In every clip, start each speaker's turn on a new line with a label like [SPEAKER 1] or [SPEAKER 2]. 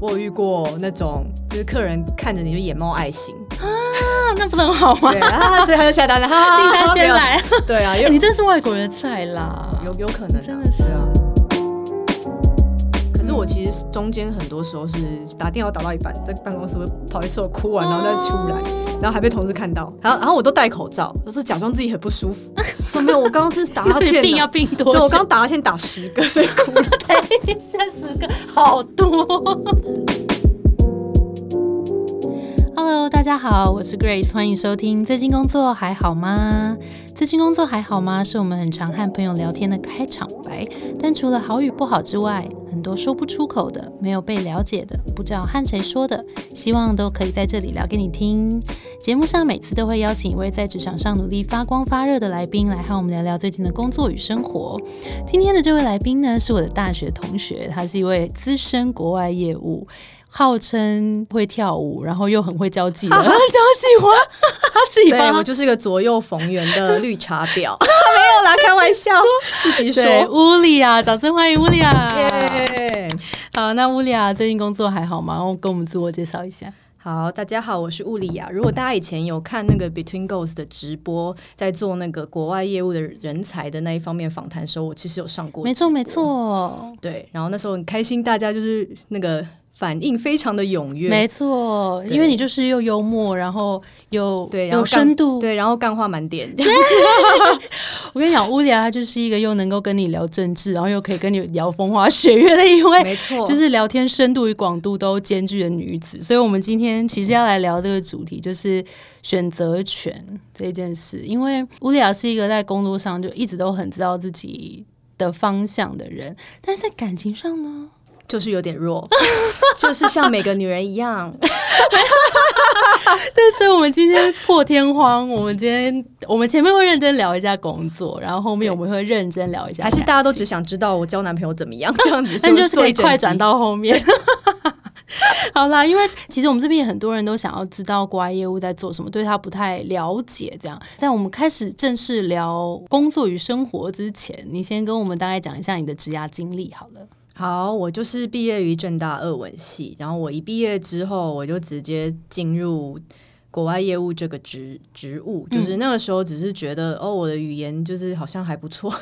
[SPEAKER 1] 我有遇过那种，就是客人看着你就眼冒爱 心，
[SPEAKER 2] 那那不是很好吗？
[SPEAKER 1] 对啊，所以他就下单了，哈哈
[SPEAKER 2] 订
[SPEAKER 1] 哈
[SPEAKER 2] 单
[SPEAKER 1] 哈，没
[SPEAKER 2] 先
[SPEAKER 1] 有
[SPEAKER 2] 来，
[SPEAKER 1] 对啊，
[SPEAKER 2] 哎
[SPEAKER 1] 有
[SPEAKER 2] 你这是外国人的菜啦，
[SPEAKER 1] 有有可能、啊，
[SPEAKER 2] 真的是
[SPEAKER 1] 对啊。可是我其实中间很多时候是打电话打到一半，在办公室会跑一次我哭完然后再
[SPEAKER 2] 哦
[SPEAKER 1] 出来，然后还被同事看到，然后然后我都戴口罩，我说假装自己很不舒服，说没有，我刚刚是打哈
[SPEAKER 2] 那 你
[SPEAKER 1] 欠
[SPEAKER 2] 病要
[SPEAKER 1] 啊，
[SPEAKER 2] 病多
[SPEAKER 1] 对
[SPEAKER 2] 久？
[SPEAKER 1] 我刚打哈欠打十个， 所以哭了。
[SPEAKER 2] 三十个，好多。Hello，大家好，我是 Grace，欢迎收听。最近工作还好吗？最近工作还好吗？是我们很常和朋友聊天的开场白。但除了好与不好之外，很多说不出口的、没有被了解的、不知道和谁说的，希望都可以在这里聊给你听。节目上每次都会邀请一位在职场上努力发光发热的来宾，来和我们聊聊最近的工作与生活。今天的这位来宾呢，是我的大学同学，他是一位资深国外业务，号称会跳舞，然后又很会交际的 交际花，他自己
[SPEAKER 1] 对
[SPEAKER 2] 帮
[SPEAKER 1] 我
[SPEAKER 2] 他
[SPEAKER 1] 就是一个左右逢源的绿茶婊， 没有啦，开玩笑，自己说，
[SPEAKER 2] 对乌利亚，掌声欢迎乌利亚。
[SPEAKER 1] 耶。
[SPEAKER 2] 好，那乌利亚最近工作还好吗？然后跟我们自我介绍一下。
[SPEAKER 1] 好，大家好，我是物理亚。如果大家以前有看那个 Between Goals 的直播，在做那个国外业务的人才的那一方面访谈的时候，我其实有上过，
[SPEAKER 2] 没错，没，错，
[SPEAKER 1] 对。然后那时候很开心，大家就是那个反应非常的踊跃，
[SPEAKER 2] 没错，因为你就是又幽默，然后又
[SPEAKER 1] 对，然后
[SPEAKER 2] 有
[SPEAKER 1] 干
[SPEAKER 2] 深度。
[SPEAKER 1] 对，然后干话满点，
[SPEAKER 2] 我跟你讲，乌利亚她就是一个又能够跟你聊政治，然后又可以跟你聊风花雪月的一 位
[SPEAKER 1] 没错，
[SPEAKER 2] 就是聊天深度与广度都兼具的女子，所以我们今天其实要来聊这个主题，就是选择权这件事。因为乌利亚是一个在工作上就一直都很知道自己的方向的人，但是在感情上呢，
[SPEAKER 1] 就是有点弱， 就是像每个女人一样，
[SPEAKER 2] 对，所以我们今天破天荒，我们今天我们前面会认真聊一下工作，然后后面我们会认真聊一下
[SPEAKER 1] 还
[SPEAKER 2] 感
[SPEAKER 1] 是
[SPEAKER 2] 情，
[SPEAKER 1] 大家都只想知道我交男朋友怎么样 这样子，
[SPEAKER 2] 但就是
[SPEAKER 1] 做
[SPEAKER 2] 可
[SPEAKER 1] 一
[SPEAKER 2] 以
[SPEAKER 1] 整
[SPEAKER 2] 快
[SPEAKER 1] 集
[SPEAKER 2] 转到后面。 好啦，因为其实我们这边也很多人都想要知道国外业务在做什么，对他不太了解。这样，在我们开始正式聊工作与生活之前，你先跟我们大概讲一下你的职涯经历好了。
[SPEAKER 1] 好，我就是毕业于正大二文系，然后我一毕业之后，我就直接进入国外业务这个职职务，
[SPEAKER 2] 嗯
[SPEAKER 1] 就是那个时候只是觉得、哦，我的语言就是好像还不 错，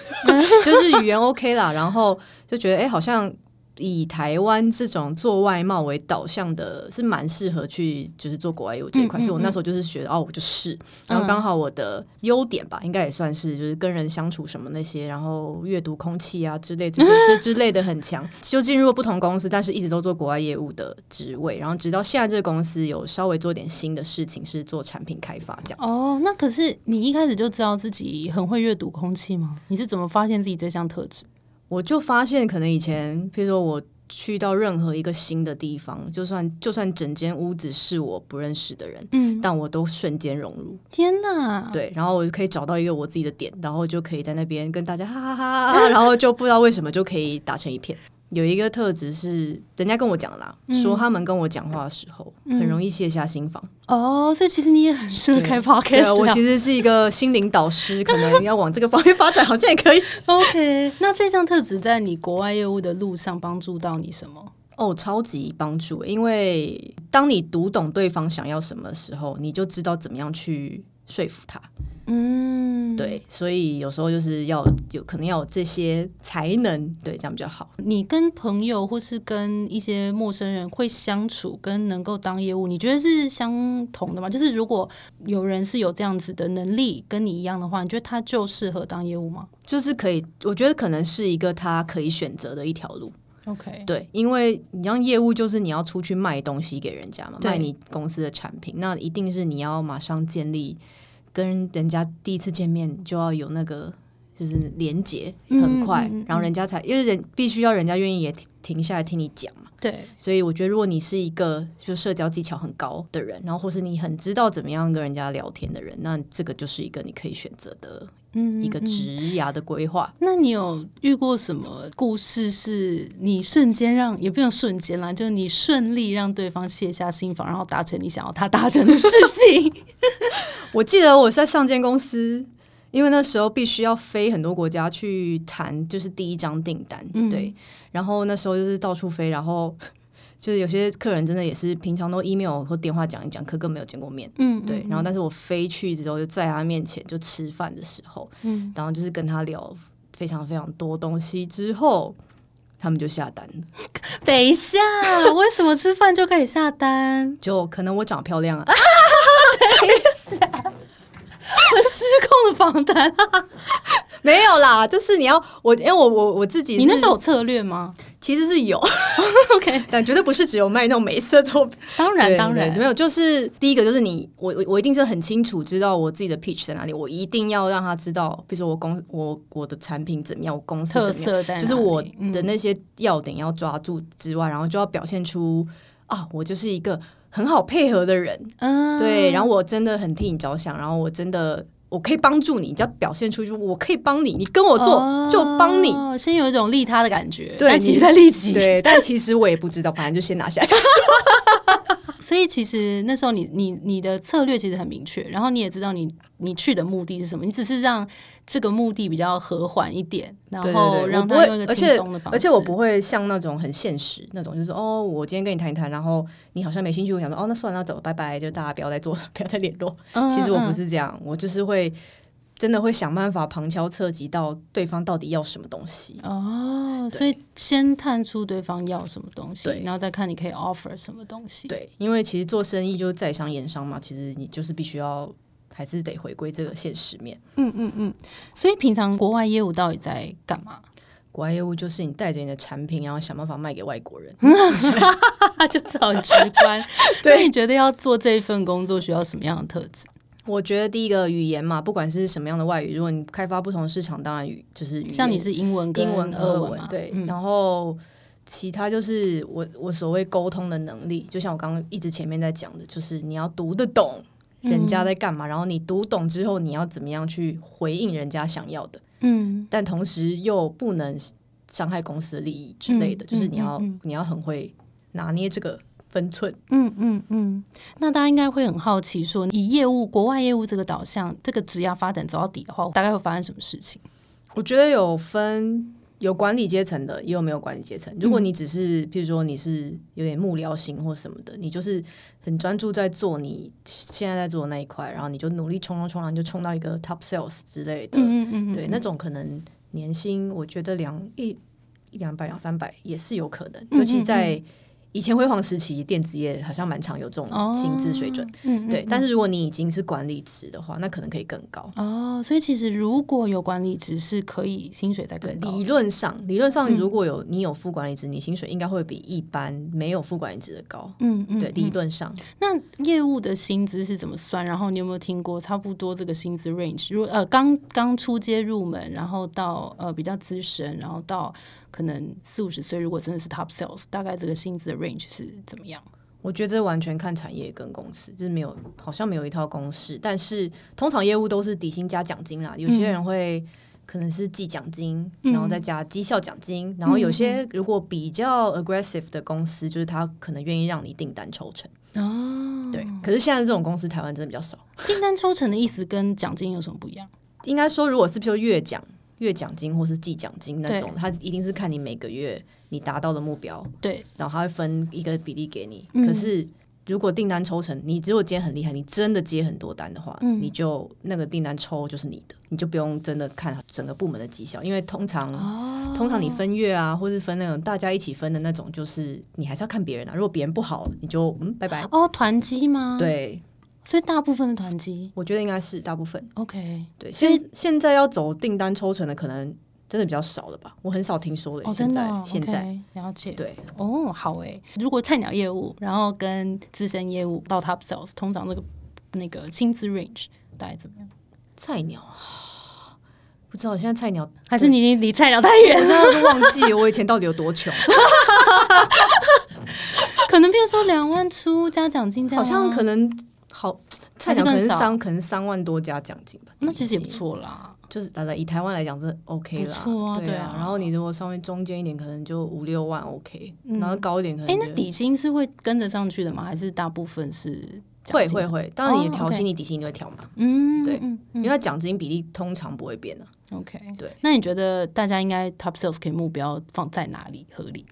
[SPEAKER 1] 就是语言 OK 啦，然后就觉得哎、好像。以台湾这种做外贸为导向的，是蛮适合去就是做国外业务这一块，
[SPEAKER 2] 嗯嗯
[SPEAKER 1] 所以我
[SPEAKER 2] 嗯
[SPEAKER 1] 那时候就是学哦，我就试，然后刚好我的优点吧，应该也算是就是跟人相处什么那些，然后阅读空气啊之类这些这之类的很强，就进入了不同公司，但是一直都做国外业务的职位，然后直到现在这个公司有稍微做点新的事情，是做产品开发这样。
[SPEAKER 2] 哦，那可是你一开始就知道自己很会阅读空气吗？你是怎么发现自己这项特质？
[SPEAKER 1] 我就发现，可能以前，譬如说我去到任何一个新的地方，就算就算整间屋子是我不认识的人，
[SPEAKER 2] 嗯，
[SPEAKER 1] 但我都瞬间融入。
[SPEAKER 2] 天哪！
[SPEAKER 1] 对，然后我就可以找到一个我自己的点，然后就可以在那边跟大家哈哈哈哈，然后就不知道为什么就可以打成一片。有一个特质是，人家跟我讲啦，说他们跟我讲话的时候，很容易卸下心防。
[SPEAKER 2] 哦，所以其实你也很适合
[SPEAKER 1] 对
[SPEAKER 2] 开
[SPEAKER 1] 对
[SPEAKER 2] podcast
[SPEAKER 1] 啊，我
[SPEAKER 2] 啊
[SPEAKER 1] 其实是一个心灵导师，可能要往这个方面发展，好像也可以。
[SPEAKER 2] OK，那 这项特质在你国外业务的路上帮助到你什么？
[SPEAKER 1] 哦，超级帮助，欸因为当你读懂对方想要什么的时候，你就知道怎么样去说服他。
[SPEAKER 2] 嗯，
[SPEAKER 1] 对，所以有时候就是要有可能要有这些才能，对，这样比较好。
[SPEAKER 2] 你跟朋友或是跟一些陌生人会相处，跟能够当业务，你觉得是相同的吗？就是如果有人是有这样子的能力，跟你一样的话，你觉得他就适合当业务吗
[SPEAKER 1] 就是可以，我觉得可能是一个他可以选择的一条路，
[SPEAKER 2] ？OK，
[SPEAKER 1] 对，因为你让业务就是你要出去卖东西给人家嘛，
[SPEAKER 2] 对
[SPEAKER 1] 卖你公司的产品，那一定是你要马上建立跟人家第一次见面就要有那个就是连接，
[SPEAKER 2] 嗯
[SPEAKER 1] 很快，
[SPEAKER 2] 嗯嗯嗯
[SPEAKER 1] 然后人家才因为人必须要人家愿意也停停下来听你讲嘛，
[SPEAKER 2] 对，
[SPEAKER 1] 所以我觉得如果你是一个就社交技巧很高的人，然后或是你很知道怎么样跟人家聊天的人，那这个就是一个你可以选择的
[SPEAKER 2] 嗯
[SPEAKER 1] 一个
[SPEAKER 2] 值。
[SPEAKER 1] 职涯的规划。
[SPEAKER 2] 那你有遇过什么故事是你瞬间让，也不用瞬间啦，就是你顺利让对方卸下心防，然后达成你想要他达成的事情？
[SPEAKER 1] 我记得我在上间公司，因为那时候必须要飞很多国家去谈，就是第一张订单，
[SPEAKER 2] 嗯
[SPEAKER 1] 对。然后那时候就是到处飞，然后 就是有些客人真的也是平常都 email 或电话讲一讲，可根本没有见过面。
[SPEAKER 2] 嗯，
[SPEAKER 1] 对，
[SPEAKER 2] 嗯
[SPEAKER 1] 然后但是我飞去之后，就在他面前就吃饭的时候，
[SPEAKER 2] 嗯，
[SPEAKER 1] 然后就是跟他聊非常非常多东西之后，他们就下单了。
[SPEAKER 2] 等一下，为什么吃饭就可以下单？
[SPEAKER 1] 就可能我长得漂亮啊，
[SPEAKER 2] 我失控的访谈，啊
[SPEAKER 1] 没有啦，就是你要我，因为我我我自己是
[SPEAKER 2] 你那时候有策略吗
[SPEAKER 1] 其实是有，
[SPEAKER 2] ？OK，
[SPEAKER 1] 但绝对不是只有卖那种美色作品。
[SPEAKER 2] 当然
[SPEAKER 1] 对
[SPEAKER 2] 当
[SPEAKER 1] 对
[SPEAKER 2] 然
[SPEAKER 1] 没，有，就是第一个就是你，我我我一定是很清楚知道我自己的 pitch 在哪里，我一定要让他知道，比如说我公我我的产品怎么样，我公司
[SPEAKER 2] 特
[SPEAKER 1] 怎么样，
[SPEAKER 2] 色在哪里
[SPEAKER 1] 就是我
[SPEAKER 2] 嗯
[SPEAKER 1] 的那些要点要抓住之外，然后就要表现出啊，我就是一个很好配合的人，
[SPEAKER 2] 嗯
[SPEAKER 1] 对，然后我真的很替你着想，然后我真的。我可以帮助你，你只要表现出就是我可以帮你，你跟我做、就帮你。
[SPEAKER 2] 哦先有一种利他的感觉，
[SPEAKER 1] 对
[SPEAKER 2] 但其
[SPEAKER 1] 你
[SPEAKER 2] 实在利己。
[SPEAKER 1] 对，但其实我也不知道，反正就先拿下来。
[SPEAKER 2] 所以其实那时候你你你的策略其实很明确，然后你也知道你你去的目的是什么，你只是让这个目的比较和缓一点，然
[SPEAKER 1] 对
[SPEAKER 2] 后
[SPEAKER 1] 对对，我
[SPEAKER 2] 让
[SPEAKER 1] 不
[SPEAKER 2] 他
[SPEAKER 1] 会，
[SPEAKER 2] 用一个
[SPEAKER 1] 而
[SPEAKER 2] 轻
[SPEAKER 1] 且
[SPEAKER 2] 松的方式
[SPEAKER 1] 而且我不会像那种很现实那种，就是哦，我今天跟你谈一谈，然后你好像没兴趣，我想说哦，那算了，那走，拜拜，就大家不要再做， 不要再联络。
[SPEAKER 2] 嗯
[SPEAKER 1] 其实我不
[SPEAKER 2] 嗯
[SPEAKER 1] 是这样，我就是会真的会想办法旁敲侧击到对方到底要什么东西。
[SPEAKER 2] 哦，
[SPEAKER 1] 对
[SPEAKER 2] 所以先探出对方要什么东西
[SPEAKER 1] 对，
[SPEAKER 2] 然后再看你可以 offer 什么东西。，
[SPEAKER 1] 对，因为其实做生意就是在商言商嘛，其实你就是必须要还是得回归这个现实面。
[SPEAKER 2] 嗯嗯嗯。所以平常国外业务到底在干嘛？
[SPEAKER 1] 国外业务就是你带着你的产品，然后想办法卖给外国人。
[SPEAKER 2] 就是很直观。
[SPEAKER 1] 对
[SPEAKER 2] 那你觉得要做这一份工作需要什么样的特质？
[SPEAKER 1] 我觉得第一个语言嘛，不管是什么样的外语，如果你开发不同市场，当然语就是语言
[SPEAKER 2] 像你是英文跟
[SPEAKER 1] 英文、
[SPEAKER 2] 俄
[SPEAKER 1] 俄
[SPEAKER 2] 文
[SPEAKER 1] 文
[SPEAKER 2] 嘛，
[SPEAKER 1] 对，
[SPEAKER 2] 嗯
[SPEAKER 1] 然后其他就是我我所谓沟通的能力，就像我刚刚一直前面在讲的，就是你要读得懂人
[SPEAKER 2] 嗯
[SPEAKER 1] 家在干嘛，然后你读懂之后，你要怎么样去回应人家想要的，
[SPEAKER 2] 嗯
[SPEAKER 1] 但同时又不能伤害公司的利益之类的，
[SPEAKER 2] 嗯
[SPEAKER 1] 就是你要、
[SPEAKER 2] 嗯嗯嗯
[SPEAKER 1] 你要很会拿捏这个分寸。
[SPEAKER 2] 嗯嗯嗯。那大家应该会很好奇说以业务国外业务这个导向，这个职业发展走到底的话，大概会发生什么事情？
[SPEAKER 1] 我觉得有分有管理阶层的，也有没有管理阶层。如果
[SPEAKER 2] 嗯
[SPEAKER 1] 你只是，譬如说你是有点幕僚型或什么的，你就是很专注在做你现在在做的那一块，然后你就努力冲冲冲，然后你就冲到一个 top sales 之类的。
[SPEAKER 2] 嗯嗯
[SPEAKER 1] 对，那种可能年薪我觉得两一一两百两三百也是有可能，
[SPEAKER 2] 嗯
[SPEAKER 1] 尤其在以前辉煌时期，电子业好像蛮常有这种薪资水准。
[SPEAKER 2] 哦嗯嗯
[SPEAKER 1] 对，
[SPEAKER 2] 嗯
[SPEAKER 1] 但是如果你已经是管理职的话，那可能可以更高。
[SPEAKER 2] 哦，所以其实如果有管理职是可以薪水再
[SPEAKER 1] 对，
[SPEAKER 2] 更高嗯
[SPEAKER 1] 理论上，理论上如果有、你有副管理职，你薪水应该会比一般没有副管理职的高。
[SPEAKER 2] 嗯嗯，
[SPEAKER 1] 对，
[SPEAKER 2] 嗯
[SPEAKER 1] 理论上，
[SPEAKER 2] 那业务的薪资是怎么算？然后你有没有听过差不多这个薪资 range？如呃刚刚出街入门，然后到呃比较资深，然后到可能四五十岁，如果真的是 top sales，大概这个薪资的 range 是怎么样？
[SPEAKER 1] 我觉得这完全看产业跟公司，就是没有好像没有一套公式，但是通常业务都是底薪加奖金啦，有些
[SPEAKER 2] 嗯
[SPEAKER 1] 人会。可能是记奖金，然后再加绩效奖金，然后有些如果比较 aggressive 的公司，就是他可能愿意让你订单抽成。
[SPEAKER 2] 哦，
[SPEAKER 1] 对，可是现在这种公司台湾真的比较少。
[SPEAKER 2] 订单抽成的意思跟奖金有什么不一样？
[SPEAKER 1] 应该说，如果是譬如月奖、月奖金或是季奖金那
[SPEAKER 2] 对
[SPEAKER 1] 种，它一定是看你每个月你达到的目标，
[SPEAKER 2] 对，
[SPEAKER 1] 然后它会分一个比例给你。
[SPEAKER 2] 嗯
[SPEAKER 1] 可是如果订单抽成，你如果今天很厉害，你真的接很多单的话，
[SPEAKER 2] 嗯
[SPEAKER 1] 你就那个订单抽就是你的，你就不用真的看整个部门的绩效，因为通常、
[SPEAKER 2] 哦
[SPEAKER 1] 通常你分月啊，或是分那种大家一起分的那种，就是你还是要看别人啊。如果别人不好，你就嗯拜拜。
[SPEAKER 2] 哦团积吗？，
[SPEAKER 1] 对，
[SPEAKER 2] 所以大部分的团积
[SPEAKER 1] 我觉得应该是大部分。
[SPEAKER 2] ，OK，
[SPEAKER 1] 对，
[SPEAKER 2] 所以
[SPEAKER 1] 现现在要走订单抽成的，可能真的比较少了吧？我很少听说了。
[SPEAKER 2] 哦
[SPEAKER 1] 现
[SPEAKER 2] 真的
[SPEAKER 1] 在、
[SPEAKER 2] 哦
[SPEAKER 1] 现在
[SPEAKER 2] OK，了解。
[SPEAKER 1] 对，
[SPEAKER 2] 哦，好诶，如果菜鸟业务，然后跟资深业务到 top sales，通常那个那个薪资 range 大概怎么样？
[SPEAKER 1] 菜鸟不知道现在菜 鸟，
[SPEAKER 2] 还是你已经离菜鸟太
[SPEAKER 1] 我
[SPEAKER 2] 远？
[SPEAKER 1] 真的是忘记我以前到底有多穷，
[SPEAKER 2] 可能比如说两万出加奖金这样
[SPEAKER 1] 好
[SPEAKER 2] 吗，
[SPEAKER 1] 像可能好菜鸟可
[SPEAKER 2] 还
[SPEAKER 1] 能
[SPEAKER 2] 啊是更少
[SPEAKER 1] 三可能三万多加奖金吧。
[SPEAKER 2] 那其实也不
[SPEAKER 1] 底薪，
[SPEAKER 2] 错啦。
[SPEAKER 1] 就是当然以台湾来讲是 OK 啦，
[SPEAKER 2] 不错啊
[SPEAKER 1] 对
[SPEAKER 2] 对啊
[SPEAKER 1] 然后你如果稍微中间一点，可能就五六万 OK，、然后高一点可能
[SPEAKER 2] 嗯诶，
[SPEAKER 1] 就、
[SPEAKER 2] 那底薪是会跟着上去的吗？还是大部分是奖
[SPEAKER 1] 会
[SPEAKER 2] 金
[SPEAKER 1] 会？会，当然你的
[SPEAKER 2] 哦
[SPEAKER 1] 调薪、
[SPEAKER 2] OK
[SPEAKER 1] 你底薪就会调嘛，
[SPEAKER 2] 嗯，
[SPEAKER 1] 对
[SPEAKER 2] 嗯
[SPEAKER 1] 因为它奖金比例通常不会变啊的、
[SPEAKER 2] ，OK，
[SPEAKER 1] 对。
[SPEAKER 2] 那你觉得大家应该 top sales 可以目标放在哪里合理？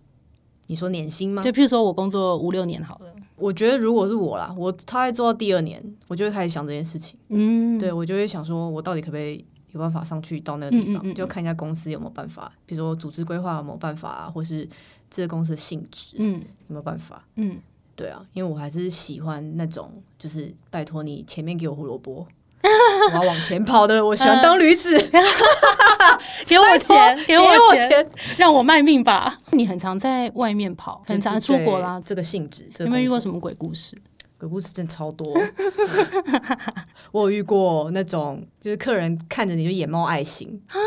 [SPEAKER 1] 你说年薪吗
[SPEAKER 2] 就？譬如说我工作五六年好了，
[SPEAKER 1] 我觉得如果是我啦，我大概做到第二年，我就会开始想这件事情。
[SPEAKER 2] 嗯，
[SPEAKER 1] 对我就会想说，我到底可不可以有办法上去到那个地方？
[SPEAKER 2] 嗯嗯嗯嗯
[SPEAKER 1] 就看一下公司有没有办法，比如说组织规划有没有办法、啊，或是这个公司的性质有
[SPEAKER 2] 嗯
[SPEAKER 1] 没有办法？
[SPEAKER 2] 嗯，
[SPEAKER 1] 对啊，因为我还是喜欢那种，就是拜托你前面给我胡萝 卜，我要往前跑的，我喜欢当驴子，
[SPEAKER 2] 给我 钱，给
[SPEAKER 1] 哦我
[SPEAKER 2] 我钱，
[SPEAKER 1] 钱，
[SPEAKER 2] 让我卖命吧。你很常在外面跑，很常出国
[SPEAKER 1] 对。
[SPEAKER 2] 啦
[SPEAKER 1] 啊这个性质，这
[SPEAKER 2] 有
[SPEAKER 1] 个
[SPEAKER 2] 没有遇过
[SPEAKER 1] 工作
[SPEAKER 2] 什么鬼故事？
[SPEAKER 1] 鬼故事真的超多？ 我有遇过那种，就是客人看着你就眼冒爱心，
[SPEAKER 2] 那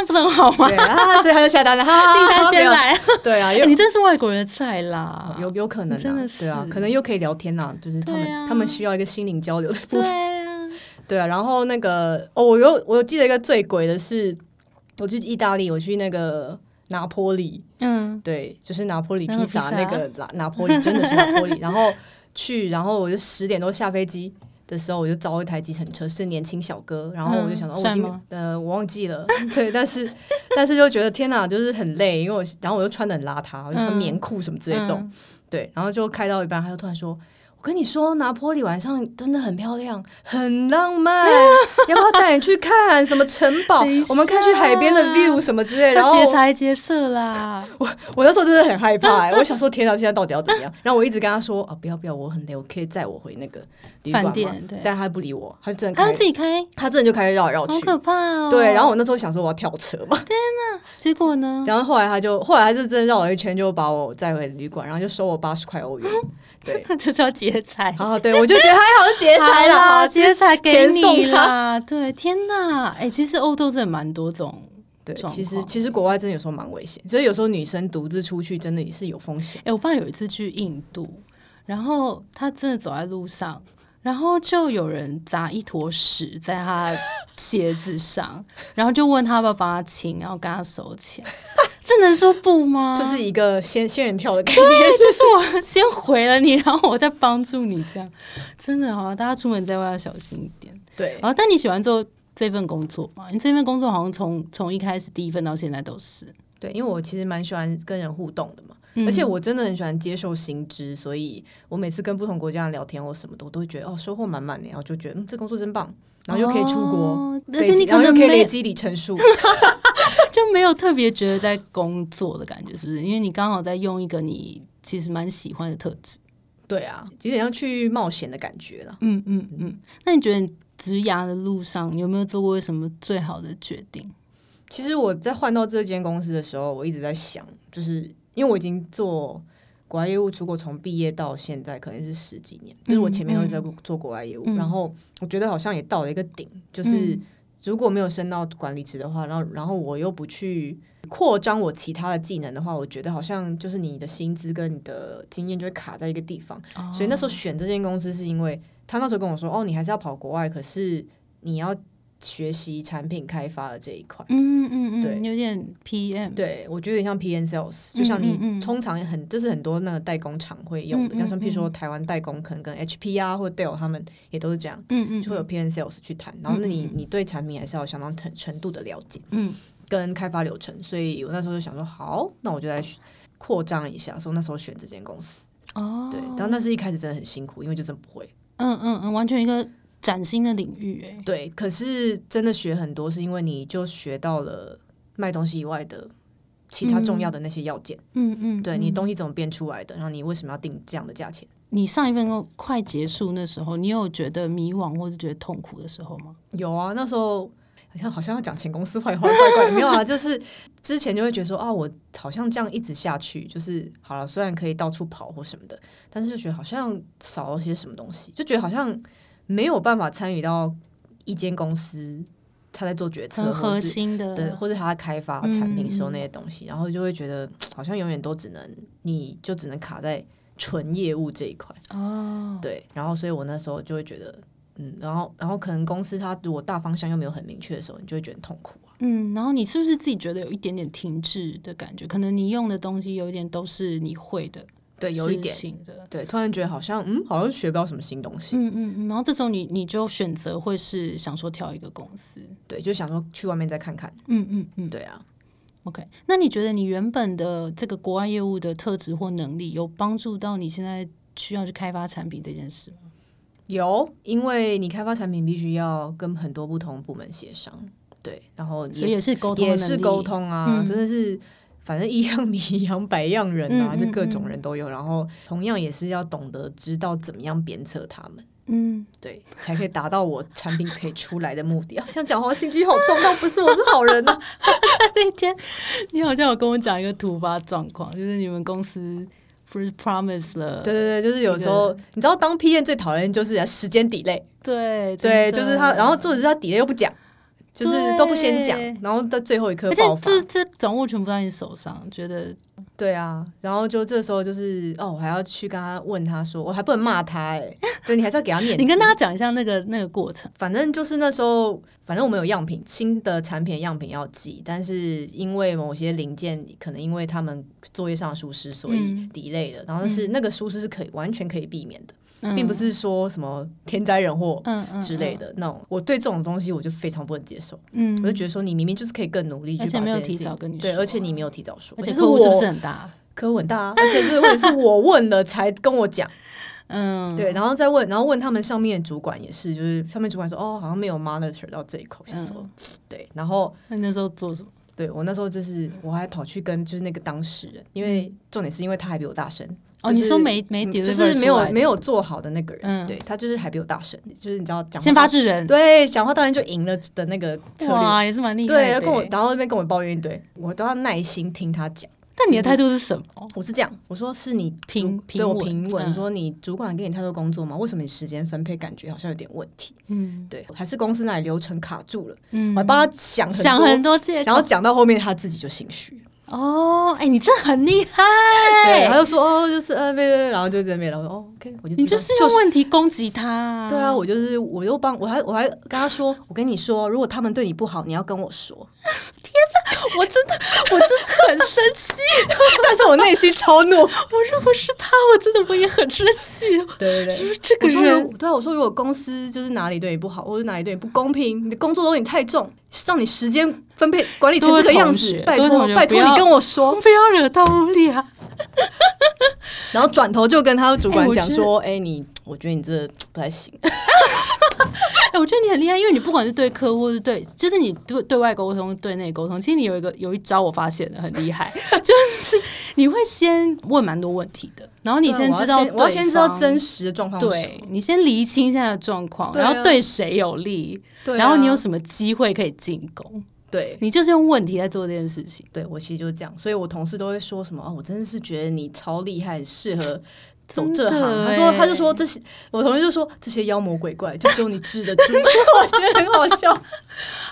[SPEAKER 2] 那不是很好 吗？
[SPEAKER 1] 对啊，所以他就下单了，哈 哈
[SPEAKER 2] 订
[SPEAKER 1] 哈
[SPEAKER 2] 单
[SPEAKER 1] 哈，
[SPEAKER 2] 先
[SPEAKER 1] 没有
[SPEAKER 2] 来，
[SPEAKER 1] 对啊，因为
[SPEAKER 2] 你真是外国人的菜啦。
[SPEAKER 1] 有有可能、啊，
[SPEAKER 2] 真的是
[SPEAKER 1] 对啊，可能又可以聊天啦、就是他们、
[SPEAKER 2] 对啊
[SPEAKER 1] 他们需要一个心灵交流的部分，
[SPEAKER 2] 对 啊，
[SPEAKER 1] 对啊。然后那个哦，我有我记得一个最鬼的是，我去意大利，我去那个拿坡里，
[SPEAKER 2] 嗯，
[SPEAKER 1] 对，就是拿坡里
[SPEAKER 2] 拿破
[SPEAKER 1] 披
[SPEAKER 2] 里
[SPEAKER 1] 萨
[SPEAKER 2] 披萨
[SPEAKER 1] 那个拿拿坡里，真的是拿坡里。然后去，然后我就十点多下飞机。的时候我就招一台计程车，是年轻小哥，然后我就想说，哦、
[SPEAKER 2] 嗯
[SPEAKER 1] 我今
[SPEAKER 2] 帅
[SPEAKER 1] 天
[SPEAKER 2] 吗
[SPEAKER 1] 呃我忘记了，对，但是但是就觉得天哪，就是很累，因为我然后我又穿的很邋遢，我就穿
[SPEAKER 2] 嗯
[SPEAKER 1] 棉裤什么之类这种，对，然后就开到一半，他就突然说：“我跟你说，拿坡里晚上真的很漂亮，很浪漫，要不要带你去看什么城 堡
[SPEAKER 2] 等一下？
[SPEAKER 1] 我们看去海边的
[SPEAKER 2] 啊
[SPEAKER 1] view 什么之类。”
[SPEAKER 2] 要
[SPEAKER 1] 然后
[SPEAKER 2] 劫
[SPEAKER 1] 我
[SPEAKER 2] 财劫色啦。
[SPEAKER 1] 我那时候真的很害 怕、欸，我想说天哪，现在到底要怎么样？然后我一直跟他说：“啊，不要不要，我很累，我可以载我回那个旅馆
[SPEAKER 2] 饭
[SPEAKER 1] 嘛。
[SPEAKER 2] 店对
[SPEAKER 1] 但他不理我，他就真的
[SPEAKER 2] 他
[SPEAKER 1] 开
[SPEAKER 2] 自，己开，
[SPEAKER 1] 他真的就开始绕来绕
[SPEAKER 2] 好
[SPEAKER 1] 去。
[SPEAKER 2] 可怕哦。
[SPEAKER 1] 对，然后我那时候想说我要跳车嘛，
[SPEAKER 2] 结果呢？
[SPEAKER 1] 然后后来他就后来他就真的绕了一圈，就把我载回旅馆，然后就收我八十块欧元。
[SPEAKER 2] 啊
[SPEAKER 1] 对，
[SPEAKER 2] 这叫劫财。
[SPEAKER 1] 啊，对，我就觉得还好是劫财
[SPEAKER 2] 好
[SPEAKER 1] 啦，
[SPEAKER 2] 啦，劫财给
[SPEAKER 1] 钱送
[SPEAKER 2] 你
[SPEAKER 1] 他。
[SPEAKER 2] 啦。对，天哪，哎，其实欧洲真的蛮多种。
[SPEAKER 1] 对，
[SPEAKER 2] 状
[SPEAKER 1] 其实
[SPEAKER 2] 况
[SPEAKER 1] 其实国外真的有时候蛮危险，所以有时候女生独自出去真的也是有风险
[SPEAKER 2] 哎、。我爸有一次去印度，然后他真的走在路上，然后就有人砸一坨屎在他鞋子上，然后就问他要不要帮他清，然后跟他收钱。这能说不吗？
[SPEAKER 1] 就是一个仙仙人跳的概念，
[SPEAKER 2] 就是我先回了你，然后我再帮助你，这样真的好、大家出门在外要小心一点。
[SPEAKER 1] 对
[SPEAKER 2] 然后，但你喜欢做这份工作吗？你这份工作好像从从一开始第一份到现在都是，
[SPEAKER 1] 对，因为我其实蛮喜欢跟人互动的嘛，而
[SPEAKER 2] 嗯
[SPEAKER 1] 且我真的很喜欢接受新知，所以我每次跟不同国家人聊天或什么的，我都会觉得哦收获满满的，然后就觉得嗯这工作真棒，然后又可以出国，
[SPEAKER 2] 哦但
[SPEAKER 1] 累
[SPEAKER 2] 是
[SPEAKER 1] 积
[SPEAKER 2] 你
[SPEAKER 1] 然
[SPEAKER 2] 可
[SPEAKER 1] 后又
[SPEAKER 2] 能
[SPEAKER 1] 可以
[SPEAKER 2] 没
[SPEAKER 1] 累积里程数，
[SPEAKER 2] 就没有特别觉得在工作的感觉，是不是？因为你刚好在用一个你其实蛮喜欢的特质。
[SPEAKER 1] 对啊，有点像去冒险的感觉啦。
[SPEAKER 2] 嗯嗯嗯。那你觉得你职涯的路上你有没有做过什么最好的决定？
[SPEAKER 1] 其实我在换到这间公司的时候，我一直在想，就是因为我已经做国外业务，出国从毕业到现在可能是十几年，就是我前面都是在做国外业务，
[SPEAKER 2] 嗯
[SPEAKER 1] 然后我觉得好像也到了一个顶，就是如果没有升到管理职的话，然后然后我又不去扩张我其他的技能的话，我觉得好像就是你的薪资跟你的经验就会卡在一个地方。所以那时候选这间公司是因为他那时候跟我说，哦，你还是要跑国外，可是你要学习产品开发的这一块。
[SPEAKER 2] 嗯嗯嗯，
[SPEAKER 1] 对
[SPEAKER 2] 有点 PM。
[SPEAKER 1] 对，我觉得有点像 PN sales，
[SPEAKER 2] 嗯
[SPEAKER 1] 就像
[SPEAKER 2] 嗯嗯
[SPEAKER 1] 你通常很，这是很多那个代工厂会用的，
[SPEAKER 2] 嗯嗯
[SPEAKER 1] 像像譬如说台湾代工，可能跟 HP 啊或 Dell 他们也都是这样，
[SPEAKER 2] 嗯嗯，
[SPEAKER 1] 就会有 PN sales 去谈。然后那你你对产品还是要有相当程程度的了解，
[SPEAKER 2] 嗯，
[SPEAKER 1] 跟开发流程。所以我那时候就想说，好，那我就来选扩张一下，所以我那时候选这间公司。
[SPEAKER 2] 哦，
[SPEAKER 1] 对，然后那是一开始真的很辛苦，因为就真的不会。
[SPEAKER 2] 嗯嗯嗯，完全一个崭新的领域哎。
[SPEAKER 1] 对，可是真的学很多，是因为你就学到了卖东西以外的其他重要的那些要件。
[SPEAKER 2] 嗯嗯，
[SPEAKER 1] 对
[SPEAKER 2] 嗯
[SPEAKER 1] 你东西怎么变出来的，然后你为什么要定这样的价钱？
[SPEAKER 2] 你上一份工快结束那时候，你有觉得迷惘或是觉得痛苦的时候吗？
[SPEAKER 1] 有啊，那时候好像好像要讲前公司坏 话，怪怪的没有啊，就是之前就会觉得说啊，我好像这样一直下去，就是好了，虽然可以到处跑或什么的，但是就觉得好像少了些什么东西，就觉得好像没有办法参与到一间公司他在做决策，
[SPEAKER 2] 很核
[SPEAKER 1] 或是
[SPEAKER 2] 心的，
[SPEAKER 1] 对，或者他开发
[SPEAKER 2] 嗯
[SPEAKER 1] 产品的时候那些东西，然后就会觉得好像永远都只能，你就只能卡在纯业务这一块。哦，对，然后所以我那时候就会觉得，嗯，然后然后可能公司它如果大方向又没有很明确的时候，你就会觉得很痛苦啊。
[SPEAKER 2] 嗯，然后你是不是自己觉得有一点点停滞的感觉？可能你用的东西有一点都是你会的，
[SPEAKER 1] 对，有一点，
[SPEAKER 2] 的。
[SPEAKER 1] 对，突然觉得好像嗯，好像学不到什么新东西。
[SPEAKER 2] 嗯嗯嗯，然后这时候你你就选择会是想说跳一个公司，
[SPEAKER 1] 对，就想说去外面再看看。
[SPEAKER 2] 嗯嗯嗯，
[SPEAKER 1] 对啊，
[SPEAKER 2] OK，那你觉得你原本的这个国外业务的特质或能力，有帮助到你现在需要去开发产品这件事吗？
[SPEAKER 1] 有，因为你开发产品必须要跟很多不同部门协商，对，然后
[SPEAKER 2] 所以也是沟通的
[SPEAKER 1] 也
[SPEAKER 2] 能
[SPEAKER 1] 是
[SPEAKER 2] 力
[SPEAKER 1] 沟，通啊，
[SPEAKER 2] 嗯
[SPEAKER 1] 真的是。反正一样米养百样人啊，
[SPEAKER 2] 嗯嗯
[SPEAKER 1] 这各种
[SPEAKER 2] 嗯
[SPEAKER 1] 人都有。然后同样也是要懂得知道怎么样鞭策他们，
[SPEAKER 2] 嗯，
[SPEAKER 1] 对，才可以达到我产品可以出来的目的。啊、这样讲话心机好重，但不是我是好人呐、 啊。
[SPEAKER 2] 那天你好像有跟我讲一个突发状况，就是你们公司不是 promise 了，
[SPEAKER 1] 对对对，就是有时候你知道当 P N 最讨厌就是啊时间 delay，
[SPEAKER 2] 对
[SPEAKER 1] 对，
[SPEAKER 2] 真
[SPEAKER 1] 就
[SPEAKER 2] 的
[SPEAKER 1] 是他，然后作者他 delay 又不讲，就是都不先讲
[SPEAKER 2] 对，
[SPEAKER 1] 然后到最后一刻
[SPEAKER 2] 而且
[SPEAKER 1] 爆发。
[SPEAKER 2] 这这掌握全部在你手上，觉得
[SPEAKER 1] 对啊，然后就这时候就是哦，我还要去跟他问他说，我还不能骂他哎、对你还是要给他面子。
[SPEAKER 2] 你跟大家讲一下那个那个过程，
[SPEAKER 1] 反正就是那时候，反正我们有样品，新的产品样品要寄，但是因为某些零件可能因为他们作业上的疏失，所以
[SPEAKER 2] 嗯
[SPEAKER 1] delay 了。然后但是那个疏失是可以完全可以避免的，
[SPEAKER 2] 嗯
[SPEAKER 1] 并不是说什么天灾人祸
[SPEAKER 2] 嗯嗯
[SPEAKER 1] 之类，的那种。我对这种东西我就非常不能接受，
[SPEAKER 2] 嗯，
[SPEAKER 1] 我就觉得说你明明就是可以更努力去
[SPEAKER 2] 而且
[SPEAKER 1] 把
[SPEAKER 2] 没有
[SPEAKER 1] 这件
[SPEAKER 2] 提
[SPEAKER 1] 事情
[SPEAKER 2] 早。跟你说，啊
[SPEAKER 1] 对，而且你没有提早说，
[SPEAKER 2] 而且
[SPEAKER 1] 是
[SPEAKER 2] 客户是不是
[SPEAKER 1] 我
[SPEAKER 2] 很大？
[SPEAKER 1] 科文大、啊，而且这个问题是我问了才跟我讲，
[SPEAKER 2] 嗯，
[SPEAKER 1] 对，然后再问，然后问他们上面的主管也是，就是上面主管说，哦，好像没有 monitor 到这一口，是说、
[SPEAKER 2] 嗯
[SPEAKER 1] 对，然后
[SPEAKER 2] 那你那时候做什么？
[SPEAKER 1] 对我那时候就是我还跑去跟就是那个当事人，因为重点是因为他还比我大声，
[SPEAKER 2] 嗯哦，
[SPEAKER 1] 就是
[SPEAKER 2] 你说没没
[SPEAKER 1] 嗯
[SPEAKER 2] deliver
[SPEAKER 1] 就是没
[SPEAKER 2] 出
[SPEAKER 1] 有
[SPEAKER 2] 来
[SPEAKER 1] 没有做好的那个人，
[SPEAKER 2] 嗯
[SPEAKER 1] 对他就是还比我大声，就是你知道讲话
[SPEAKER 2] 先发制人，
[SPEAKER 1] 对讲话当然就赢了的那个策略。
[SPEAKER 2] 哇，也是蛮厉害的欸
[SPEAKER 1] 对，
[SPEAKER 2] 耶。
[SPEAKER 1] 然后跟我，然后那边跟我抱怨一堆，我都要耐心听他讲。
[SPEAKER 2] 但你的态度是什么？
[SPEAKER 1] 我是这样，我说是你
[SPEAKER 2] 平
[SPEAKER 1] 主对我
[SPEAKER 2] 平
[SPEAKER 1] 平
[SPEAKER 2] 稳
[SPEAKER 1] 稳
[SPEAKER 2] 嗯
[SPEAKER 1] 说你主管给你太多工作吗？为什么你时间分配感觉好像有点问题？
[SPEAKER 2] 嗯
[SPEAKER 1] 对，还是公司那里流程卡住了？
[SPEAKER 2] 嗯
[SPEAKER 1] 我还帮他想很
[SPEAKER 2] 想
[SPEAKER 1] 多
[SPEAKER 2] 很多借口
[SPEAKER 1] 然后讲到后面他自己就心虚了，
[SPEAKER 2] 哦，哎，你这很厉害，
[SPEAKER 1] 对，他就说哦，就是呃，对对，对然后就在那边，然后我说哦，OK，我就知道
[SPEAKER 2] 你就是用问题攻击他。
[SPEAKER 1] 对啊，，我就是我又帮我还我还跟他说，我跟你说，如果他们对你不好，你要跟我说。
[SPEAKER 2] 我真的，我真的很生气。
[SPEAKER 1] 但是我内心超怒，
[SPEAKER 2] 我如果是他，我真的我也很生气。
[SPEAKER 1] 对对对。
[SPEAKER 2] 是不是这个
[SPEAKER 1] 我说
[SPEAKER 2] 人
[SPEAKER 1] 如对啊，我说如果公司就是哪里对你不好，或者哪里对你不公平，你的工作都有点太重，让你时间分配管理成这个样子，
[SPEAKER 2] 各
[SPEAKER 1] 拜
[SPEAKER 2] 位同学各位
[SPEAKER 1] 托
[SPEAKER 2] 同学
[SPEAKER 1] 拜托
[SPEAKER 2] 不要
[SPEAKER 1] 你跟我
[SPEAKER 2] 我
[SPEAKER 1] 说。
[SPEAKER 2] 不要惹到乌利啊！
[SPEAKER 1] 然后转头就跟他主
[SPEAKER 2] 哎
[SPEAKER 1] 管
[SPEAKER 2] 我
[SPEAKER 1] 讲
[SPEAKER 2] 觉得
[SPEAKER 1] 说：“哎、你我觉得你这不太行。
[SPEAKER 2] 哎，我觉得你很厉害，因为你不管是对客户，或是对，就是你对对外沟通、对内沟通，其实你有一个有一招，我发现的很 厉害，就是你会先问蛮多问题的，然后你
[SPEAKER 1] 对啊
[SPEAKER 2] 先
[SPEAKER 1] 我要
[SPEAKER 2] 知道
[SPEAKER 1] 我要先知道
[SPEAKER 2] 对方
[SPEAKER 1] 真实的状况是什么
[SPEAKER 2] 对，你先厘清一下状况，
[SPEAKER 1] 对啊
[SPEAKER 2] 然后对谁有利，
[SPEAKER 1] 对啊
[SPEAKER 2] 然后你有什么机会可以进攻，
[SPEAKER 1] 对
[SPEAKER 2] 你就是用问题在做这件事情。
[SPEAKER 1] 对，我其实就是这样，所以我同事都会说什么：“哦，我真的是觉得你超厉害，适合走这
[SPEAKER 2] 真的
[SPEAKER 1] 行。”他说：“
[SPEAKER 2] 欸
[SPEAKER 1] 他就说这些，我同事就说这些妖魔鬼怪，就只有你治得住。” 我觉得很好笑，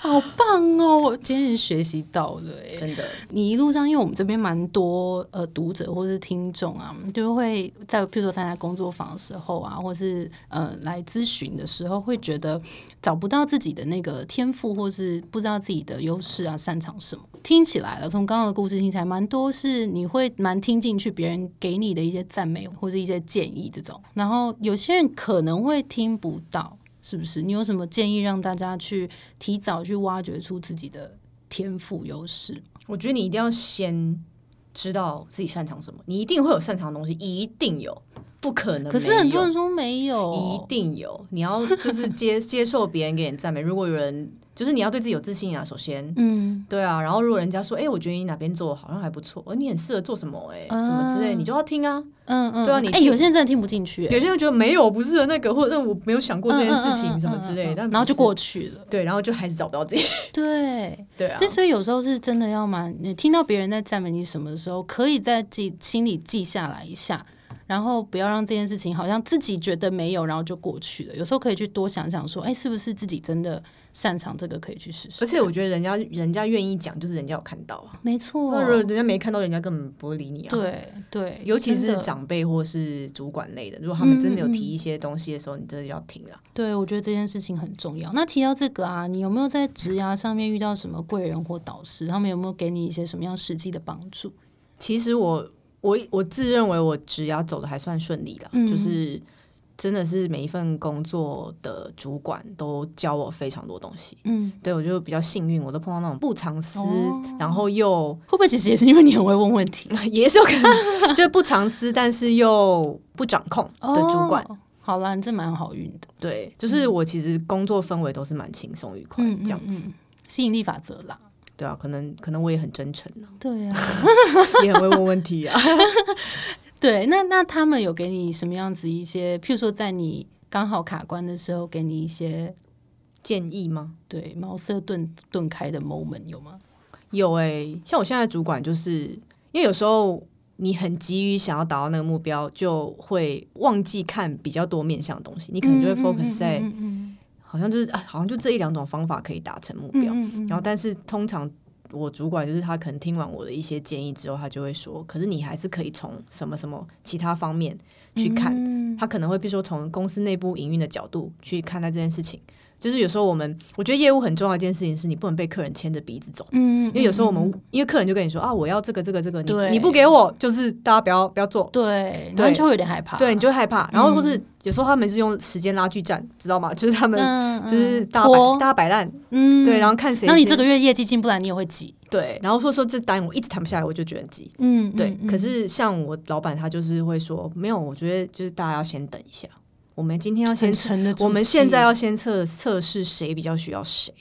[SPEAKER 2] 好棒哦！我今天也学习到了哎。
[SPEAKER 1] 真的。
[SPEAKER 2] 你一路上，因为我们这边蛮多呃读者或是听众啊，就会在譬如说参加工作坊的时候啊，或是呃来咨询的时候，会觉得找不到自己的那个天赋，或是不知道自己的优势啊、擅长什么。听起来了，从刚刚的故事听起来，蛮多是你会蛮听进去别人给你的一些赞美或是一些建议这种，然后有些人可能会听不到。是不是？你有什么建议让大家去提早去挖掘出自己的天赋优势吗？
[SPEAKER 1] 我觉得你一定要先知道自己擅长什么，你一定会有擅长的东西，一定有，不可能没有。
[SPEAKER 2] 可是很多人说没有，
[SPEAKER 1] 一定有，你要就是接接受别人给你赞美。如果有人就是你要对自己有自信啊，首先。
[SPEAKER 2] 嗯，
[SPEAKER 1] 对啊，然后如果人家说，哎、我觉得你哪边做得好像还不错，哦而你很适合做什么、哎、
[SPEAKER 2] 啊
[SPEAKER 1] 什么之类，你就要听啊。
[SPEAKER 2] 嗯嗯嗯，
[SPEAKER 1] 对啊你
[SPEAKER 2] 哎、
[SPEAKER 1] 听
[SPEAKER 2] 有些人真的听不进去、
[SPEAKER 1] 有些人觉得没有不适合那个，或者我没有想过这件事
[SPEAKER 2] 嗯嗯嗯
[SPEAKER 1] 情
[SPEAKER 2] 嗯
[SPEAKER 1] 什么之类 的，
[SPEAKER 2] 嗯嗯
[SPEAKER 1] 但不
[SPEAKER 2] 然后就是过去了。
[SPEAKER 1] 对，然后就还是找不到自己。
[SPEAKER 2] 对，
[SPEAKER 1] 对啊
[SPEAKER 2] 对，，所以有时候是真的要蛮，你听到别人在赞美你什么的时候，可以在记心里记下来一下，然后不要让这件事情好像自己觉得没有，然后就过去了。有时候可以去多想想说，哎、是不是自己真的擅长这个，可以去试试
[SPEAKER 1] 而。且我觉得人家人家愿意讲，就是人家有看到啊。
[SPEAKER 2] 没错
[SPEAKER 1] 那，如果人家没看到，人家根本不会理你啊。
[SPEAKER 2] 对对，
[SPEAKER 1] 尤其
[SPEAKER 2] 欸真
[SPEAKER 1] 是
[SPEAKER 2] 的
[SPEAKER 1] 长辈或是主管类的，如果他们真的有
[SPEAKER 2] 嗯嗯嗯
[SPEAKER 1] 提一些东西的时候，你真的要听啊。
[SPEAKER 2] 对，我觉得这件事情很重要。那提到这个啊，你有没有在职涯上面遇到什么贵人或导师？他们有没有给你一些什么样实际的帮助？
[SPEAKER 1] 其实我我我自认为我职涯走的还算顺利啦，
[SPEAKER 2] 嗯
[SPEAKER 1] 就是真的是每一份工作的主管都教我非常多东西。
[SPEAKER 2] 嗯，
[SPEAKER 1] 对我就比较幸运，我都碰到那种不藏私，
[SPEAKER 2] 哦
[SPEAKER 1] 然后又
[SPEAKER 2] 会不会其实也是因为你很会问问 题
[SPEAKER 1] 也是有可能就是不藏私，但是又不掌控的主管。
[SPEAKER 2] 哦好啦，你这蛮好运的，
[SPEAKER 1] 对，就是我其实工作氛围都是蛮轻松愉快
[SPEAKER 2] 嗯，
[SPEAKER 1] 这样子。
[SPEAKER 2] 嗯嗯吸引力法则啦，
[SPEAKER 1] 对啊，可能可能我也很真诚啊，
[SPEAKER 2] 对啊，
[SPEAKER 1] 也很会问问题啊。
[SPEAKER 2] 对，那那他们有给你什么样子一些，譬如说在你刚好卡关的时候，给你一些
[SPEAKER 1] 建议吗？
[SPEAKER 2] 对茅塞顿顿开的 moment 有吗？
[SPEAKER 1] 有诶、像我现在的主管就是，因为有时候你很急于想要达到那个目标，就会忘记看比较多面向的东西，你可能就会 focus 在、
[SPEAKER 2] 嗯嗯
[SPEAKER 1] 好像就是、啊、好像就这一两种方法可以达成目
[SPEAKER 2] 嗯
[SPEAKER 1] 标。
[SPEAKER 2] 嗯嗯
[SPEAKER 1] 然后，但是通常我主管就是他可能听完我的一些建议之后，他就会说，可是你还是可以从什么什么其他方面去看。
[SPEAKER 2] 嗯
[SPEAKER 1] 他可能会比如说从公司内部营运的角度去看待这件事情。就是有时候我们，我觉得业务很重要的一件事情是你不能被客人牵着鼻子走。
[SPEAKER 2] 嗯，
[SPEAKER 1] 因为有时候我
[SPEAKER 2] 嗯嗯
[SPEAKER 1] 们，因为客人就跟你说啊，我要这个这个这个，
[SPEAKER 2] 对
[SPEAKER 1] 你你不给我，就是大家不要不要做，
[SPEAKER 2] 对，然后
[SPEAKER 1] 对
[SPEAKER 2] 你就会有点害怕，
[SPEAKER 1] 对，你就会害怕。然后
[SPEAKER 2] 嗯
[SPEAKER 1] 或是有时候他们是用时间拉锯战，知道吗？就是他们
[SPEAKER 2] 嗯，
[SPEAKER 1] 就是
[SPEAKER 2] 嗯
[SPEAKER 1] 大家摆
[SPEAKER 2] 拖
[SPEAKER 1] 大家摆烂，
[SPEAKER 2] 嗯，
[SPEAKER 1] 对，然后看谁
[SPEAKER 2] 然后你
[SPEAKER 1] 先
[SPEAKER 2] 这个月业绩进不来，你也会急，
[SPEAKER 1] 对，然后或者说这单我一直谈不下来，我就觉得很急。
[SPEAKER 2] 嗯，
[SPEAKER 1] 对
[SPEAKER 2] 嗯，嗯
[SPEAKER 1] 可是像我老板他就是会说，没有，我觉得就是大家要先等一下，我们今天要先
[SPEAKER 2] 很沉的，
[SPEAKER 1] 我们现在要先测测试谁比较需要谁，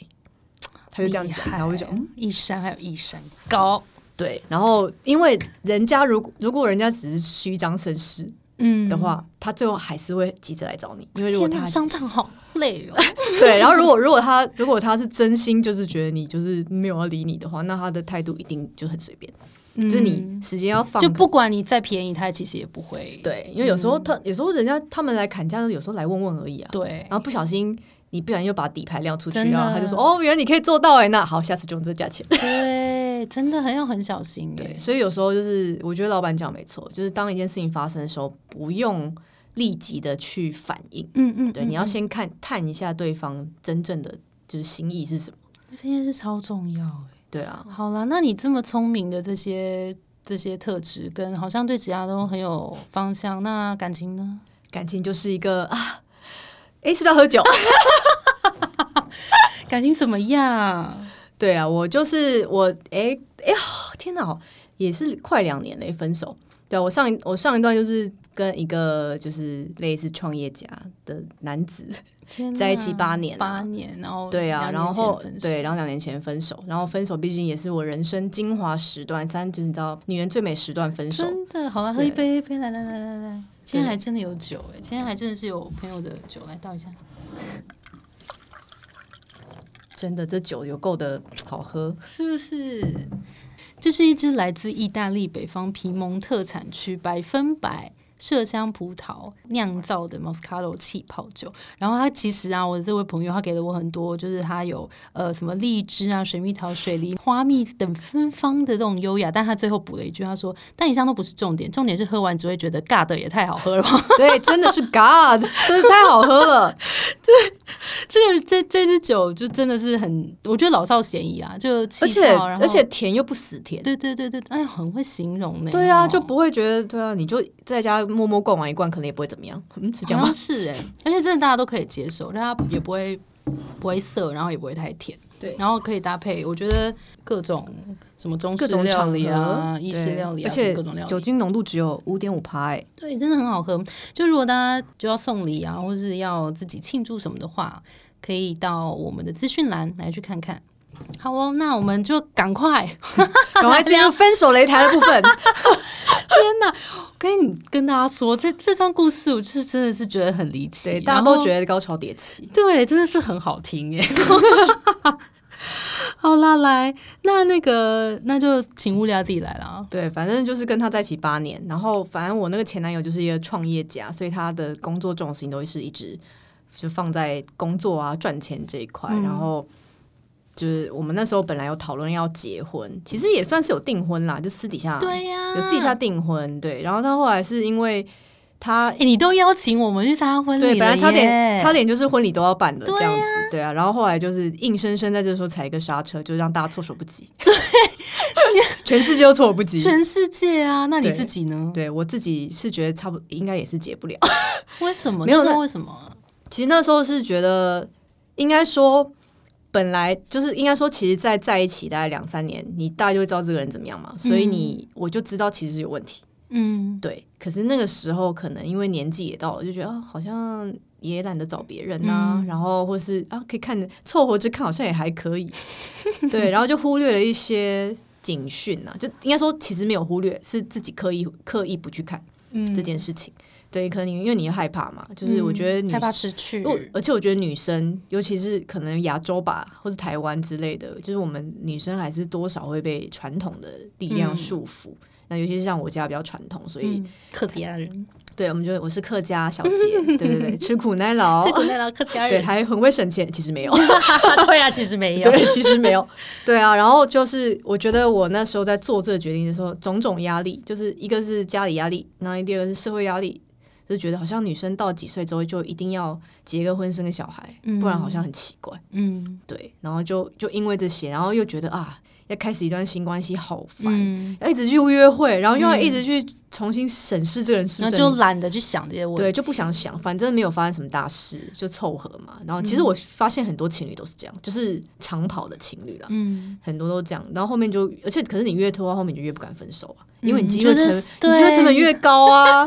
[SPEAKER 1] 他就这样讲，然后我就想，嗯，
[SPEAKER 2] 一山还有一山高，
[SPEAKER 1] 对，然后因为人家如果如果人家只是虚张声势
[SPEAKER 2] 嗯
[SPEAKER 1] 的，话，他最后还是会急着来找你，因为如果
[SPEAKER 2] 天
[SPEAKER 1] 他
[SPEAKER 2] 哪，商场好累哦，
[SPEAKER 1] 对，然后如果如果他如果他是真心就是觉得你就是没有要理你的话，那他的态度一定就很随便， 就是你
[SPEAKER 2] 嗯
[SPEAKER 1] 时间要放
[SPEAKER 2] 就
[SPEAKER 1] 给
[SPEAKER 2] 不嗯管你再便宜，他其实也不会，
[SPEAKER 1] 对，啊因为有时候他、有时候人家他们来砍价，有时候来问问而已啊，
[SPEAKER 2] 对
[SPEAKER 1] 然，后不小心。你不小心又把底牌亮出去，
[SPEAKER 2] 真的
[SPEAKER 1] 然后他就说：“哦，原来你可以做到哎、那好，下次就用这价钱。”
[SPEAKER 2] 对，真的很要很小心耶
[SPEAKER 1] 对，，所以有时候就是我觉得老板讲没错，就是当一件事情发生的时候，不用立即的去反应，
[SPEAKER 2] 嗯嗯，
[SPEAKER 1] 对，
[SPEAKER 2] 嗯
[SPEAKER 1] 你要
[SPEAKER 2] 嗯
[SPEAKER 1] 先看探一下对方真正的就是心意是什么。
[SPEAKER 2] 这件事超重要耶
[SPEAKER 1] 对啊，
[SPEAKER 2] 好啦，那你这么聪明的这些这些特质，跟好像对职涯都很有方向，那感情呢？
[SPEAKER 1] 感情就是一个啊，诶，是不是要喝酒？
[SPEAKER 2] 感情怎么样？
[SPEAKER 1] 对啊，我就是我，诶，诶，哦天哪，也是快两年嘞，分手。对啊，我上一我上一段就是跟一个就是类似创业家的男子，
[SPEAKER 2] 天哪
[SPEAKER 1] 在一起八年啊
[SPEAKER 2] 八年，然后
[SPEAKER 1] 对啊，
[SPEAKER 2] 哦两
[SPEAKER 1] 然
[SPEAKER 2] 年前
[SPEAKER 1] 后
[SPEAKER 2] 分手
[SPEAKER 1] 对，然后两年前分手，然后分手毕竟也是我人生精华时段，三就是你知道女人最美时段分手，
[SPEAKER 2] 真的好了，喝
[SPEAKER 1] 对
[SPEAKER 2] 一杯，一杯来来来来来，今天还真的有酒哎、今天还真的是有朋友的酒，来倒一下。
[SPEAKER 1] 真的这酒有够的好喝，
[SPEAKER 2] 是不是？这是一支来自意大利北方皮蒙特产区百分百麝香葡萄酿造的 Moscato 气泡酒。然后它其实啊，我的这位朋友他给了我很多，就是它有呃什么荔枝啊、水蜜桃、水梨、花蜜等芬芳的这种优雅，但他最后补了一句，他说：“但以上都不是重点，重点是喝完只会觉得尬的也太好喝了吧。”
[SPEAKER 1] 对，真的是 God，真的太好喝了，
[SPEAKER 2] 这个这这支酒就真的是很，我觉得老少咸宜啊，就 气
[SPEAKER 1] 而且
[SPEAKER 2] 泡然后
[SPEAKER 1] 而且甜又不死甜，
[SPEAKER 2] 对对对对，哎，很会形容呢。
[SPEAKER 1] 对啊，
[SPEAKER 2] 哦
[SPEAKER 1] 就不会觉得对啊，你就在家默默灌完一罐，可能也不会怎么样，嗯，是这样
[SPEAKER 2] 好
[SPEAKER 1] 吗
[SPEAKER 2] 像？是哎、而且真的大家都可以接受，大家也不会不会涩，然后也不会太甜，
[SPEAKER 1] 对
[SPEAKER 2] 然后可以搭配，我觉得各种什么中
[SPEAKER 1] 各
[SPEAKER 2] 式
[SPEAKER 1] 种
[SPEAKER 2] 料
[SPEAKER 1] 场
[SPEAKER 2] 理啊、
[SPEAKER 1] 合，
[SPEAKER 2] 意式
[SPEAKER 1] 对
[SPEAKER 2] 料理啊，
[SPEAKER 1] 而且
[SPEAKER 2] 各种料
[SPEAKER 1] 酒
[SPEAKER 2] 理，
[SPEAKER 1] 精浓度只有五点五趴， 哎，
[SPEAKER 2] 对，真的很好喝。就如果大家就要送礼啊，或是要自己庆祝什么的话，可以到我们的资讯栏来去看看。好哦，那我们就 赶快
[SPEAKER 1] 赶快进入分手擂台的部 分。
[SPEAKER 2] 跟你跟大家说，这这段故事，我就是真的是觉得很离奇，
[SPEAKER 1] 对，大家都觉
[SPEAKER 2] 得
[SPEAKER 1] 得高潮迭起。
[SPEAKER 2] 对，真的是很好听耶。 好啦，来，那那个，那就请乌鸦自己来啊啦。
[SPEAKER 1] 对，反正就是跟他在一起八年，然后反正我那个前男友就是一个创业家，所以他的工作重心都是一直就放在工作啊、赚钱这一块。
[SPEAKER 2] 嗯
[SPEAKER 1] 然后就是我们那时候本来有讨论要结婚，其实也算是有订婚啦，就私底下
[SPEAKER 2] 对啊呀、
[SPEAKER 1] 有私底下订婚。对，然后他后来是因为他
[SPEAKER 2] 哎、你都邀请我们去参加婚礼了
[SPEAKER 1] 对
[SPEAKER 2] 耶
[SPEAKER 1] 本来差点差点就是婚礼都要办的
[SPEAKER 2] 对
[SPEAKER 1] 这样子，对啊，然后后来就是硬生生在这时候踩一个刹车，就让大家措手不及。 全世界都措手不及。
[SPEAKER 2] 全世界啊，那你
[SPEAKER 1] 对
[SPEAKER 2] 自己呢？
[SPEAKER 1] 对我自己是觉得差不多，应该也是解不了。
[SPEAKER 2] 为什么？
[SPEAKER 1] 没有
[SPEAKER 2] 那时候
[SPEAKER 1] 那
[SPEAKER 2] 为什么啊？
[SPEAKER 1] 其实那时候是觉得，应该说本来就是应该说，其实在在一起大概两三年，你大概就会知道这个人怎么样嘛，所以你、我就知道其实有问题。
[SPEAKER 2] 嗯
[SPEAKER 1] 对，可是那个时候可能因为年纪也到了，就觉得啊，好像也懒得找别人呐、
[SPEAKER 2] 嗯
[SPEAKER 1] 然后或是啊，可以看凑合着看，好像也还可以，对，然后就忽略了一些警讯啊呐、就应该说其实没有忽略，是自己刻意刻意不去看
[SPEAKER 2] 嗯
[SPEAKER 1] 这件事情。对，可能因为你害怕嘛，就是我觉得女
[SPEAKER 2] 害怕
[SPEAKER 1] 生
[SPEAKER 2] 失去，
[SPEAKER 1] 我而且我觉得女生，尤其是可能亚洲吧，或是台湾之类的，就是我们女生还是多少会被传统的力量
[SPEAKER 2] 嗯
[SPEAKER 1] 束缚。那尤其是像我家比较传统，所以、
[SPEAKER 2] 嗯，客家人，
[SPEAKER 1] 对我们就我是客家 小姐，对对对，吃苦耐劳
[SPEAKER 2] 这，国内老客家
[SPEAKER 1] 对，
[SPEAKER 2] 人，
[SPEAKER 1] 还很会省钱，其实没有，
[SPEAKER 2] 对啊，其实没有，
[SPEAKER 1] 对，其实没有，对啊。然后就是我觉得我那时候在做这个决定的时候，种种压力，就是一个是家里压力，然后第二个是社会压力，就觉得好像女生到几岁之后就一定要结个婚生个小孩，不然好像很奇怪。
[SPEAKER 2] 嗯
[SPEAKER 1] 对，然后就就因为这些，然后又觉得啊，要开始一段新关系好烦，
[SPEAKER 2] 嗯，
[SPEAKER 1] 要一直去约会，然后又要一直去重新审视这个人是不
[SPEAKER 2] 然
[SPEAKER 1] 是
[SPEAKER 2] 后就
[SPEAKER 1] 很
[SPEAKER 2] 懒得去想这些问题，
[SPEAKER 1] 对，就不想想，反正没有发生什么大事，就凑合嘛。然后其
[SPEAKER 2] 嗯
[SPEAKER 1] 实我发现很多情侣都是这样，就是长跑的情侣啦，
[SPEAKER 2] 嗯，
[SPEAKER 1] 很多都这样。然后后面就，而且可是你越拖到后面，你就越不敢分手啊，因为你
[SPEAKER 2] 嗯
[SPEAKER 1] 机会
[SPEAKER 2] 就
[SPEAKER 1] 成，
[SPEAKER 2] 是
[SPEAKER 1] 你机会
[SPEAKER 2] 对
[SPEAKER 1] 成本越高啊。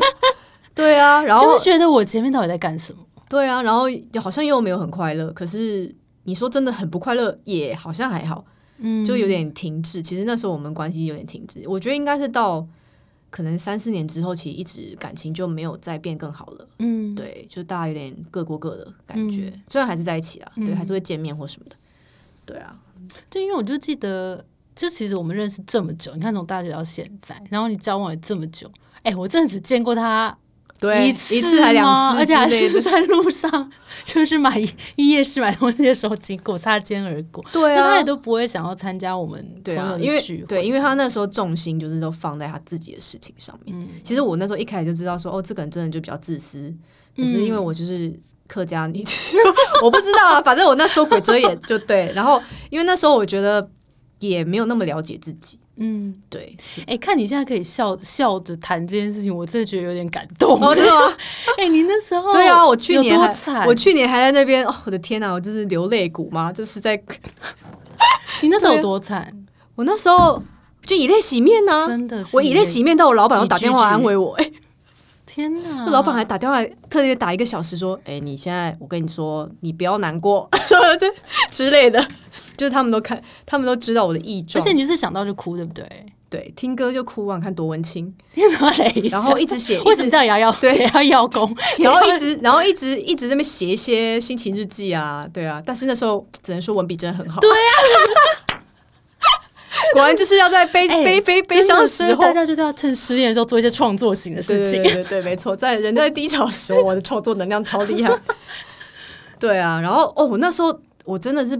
[SPEAKER 1] 对啊，然
[SPEAKER 2] 就
[SPEAKER 1] 后
[SPEAKER 2] 会觉得我前面到底在干什么？
[SPEAKER 1] 对啊，然后好像又没有很快乐，可是你说真的很不快乐，也好像还好，
[SPEAKER 2] 嗯，
[SPEAKER 1] 就有点停滞。其实那时候我们关系有点停滞，我觉得应该是到可能三四年之后，其实一直感情就没有再变更好了。
[SPEAKER 2] 嗯，
[SPEAKER 1] 对，就大家有点各过各的感觉，
[SPEAKER 2] 嗯
[SPEAKER 1] 虽然还是在一起啦，啊对，
[SPEAKER 2] 嗯
[SPEAKER 1] 还是会见面或什么的，对啊，
[SPEAKER 2] 对，因为我就记得，就其实我们认识这么久，你看从大学到现在，然后你交往了这么久，哎、我真的只见过他
[SPEAKER 1] 对，一
[SPEAKER 2] 次
[SPEAKER 1] 次还
[SPEAKER 2] 吗
[SPEAKER 1] 两
[SPEAKER 2] 而
[SPEAKER 1] 次
[SPEAKER 2] 且
[SPEAKER 1] 之
[SPEAKER 2] 还
[SPEAKER 1] 类
[SPEAKER 2] 是
[SPEAKER 1] 的，
[SPEAKER 2] 在路上，就是买夜市买东西的时候经过，擦肩而过。
[SPEAKER 1] 对
[SPEAKER 2] 那他
[SPEAKER 1] 啊
[SPEAKER 2] 也，都不会想要参加我们
[SPEAKER 1] 对
[SPEAKER 2] 朋
[SPEAKER 1] 啊
[SPEAKER 2] 友，的
[SPEAKER 1] 因
[SPEAKER 2] 聚
[SPEAKER 1] 为
[SPEAKER 2] 会
[SPEAKER 1] 对，因为
[SPEAKER 2] 什么
[SPEAKER 1] 他那时候重心就是都放在他自己的事情上面。
[SPEAKER 2] 嗯
[SPEAKER 1] 其实我那时候一开始就知道说，哦，这个人真的就比较自私，可是因为
[SPEAKER 2] 嗯
[SPEAKER 1] 我就是。客家女， 我不知道啊，反正我那时候鬼遮眼就对。然后，因为那时候我觉得也没有那么了解自己，
[SPEAKER 2] 嗯，
[SPEAKER 1] 对。是
[SPEAKER 2] 哎、看你现在可以笑笑着谈这件事情，我真的觉得有点感动。
[SPEAKER 1] 哦，真的吗？
[SPEAKER 2] 哎、你那时候
[SPEAKER 1] 对啊，我去
[SPEAKER 2] 有
[SPEAKER 1] 年
[SPEAKER 2] 多
[SPEAKER 1] 还
[SPEAKER 2] 惨
[SPEAKER 1] 我去年还在那边，哦，我的天哪、我就是流泪谷嘛，就是在
[SPEAKER 2] 你那时候有
[SPEAKER 1] 对啊
[SPEAKER 2] 多惨，
[SPEAKER 1] 我那时候就以泪洗面呐、
[SPEAKER 2] 真的是
[SPEAKER 1] 我以泪洗面到我老板都打电话安慰我，哎、
[SPEAKER 2] 天哪！
[SPEAKER 1] 这老板还打电话来特别打一个小时说，哎、你现在我跟你说，你不要难过这之类的，就是他们都看，他们都知道我的异
[SPEAKER 2] 而
[SPEAKER 1] 状，
[SPEAKER 2] 且你就是想到就哭，对不对？
[SPEAKER 1] 对听歌就哭啊，看多文青，
[SPEAKER 2] 天哪！雷
[SPEAKER 1] 然后一直 写，
[SPEAKER 2] 为
[SPEAKER 1] 一
[SPEAKER 2] 什
[SPEAKER 1] 直
[SPEAKER 2] 么这样也要要
[SPEAKER 1] 对
[SPEAKER 2] 也要邀功？
[SPEAKER 1] 然后一直，然后一直，一直在那边写一些心情日记啊，对啊。但是那时候只能说文笔真的很好。对呀、 果然就是要在悲、
[SPEAKER 2] 啊 哎
[SPEAKER 1] 悲悲悲伤
[SPEAKER 2] 的
[SPEAKER 1] 的时候
[SPEAKER 2] 大，家就是要趁失恋的时候做一些创作型的
[SPEAKER 1] 对对
[SPEAKER 2] 事情。
[SPEAKER 1] 对对对，没错，在人在低潮的时候，我的创作能量超厉害。 对啊，然后哦，我那时候我真的是，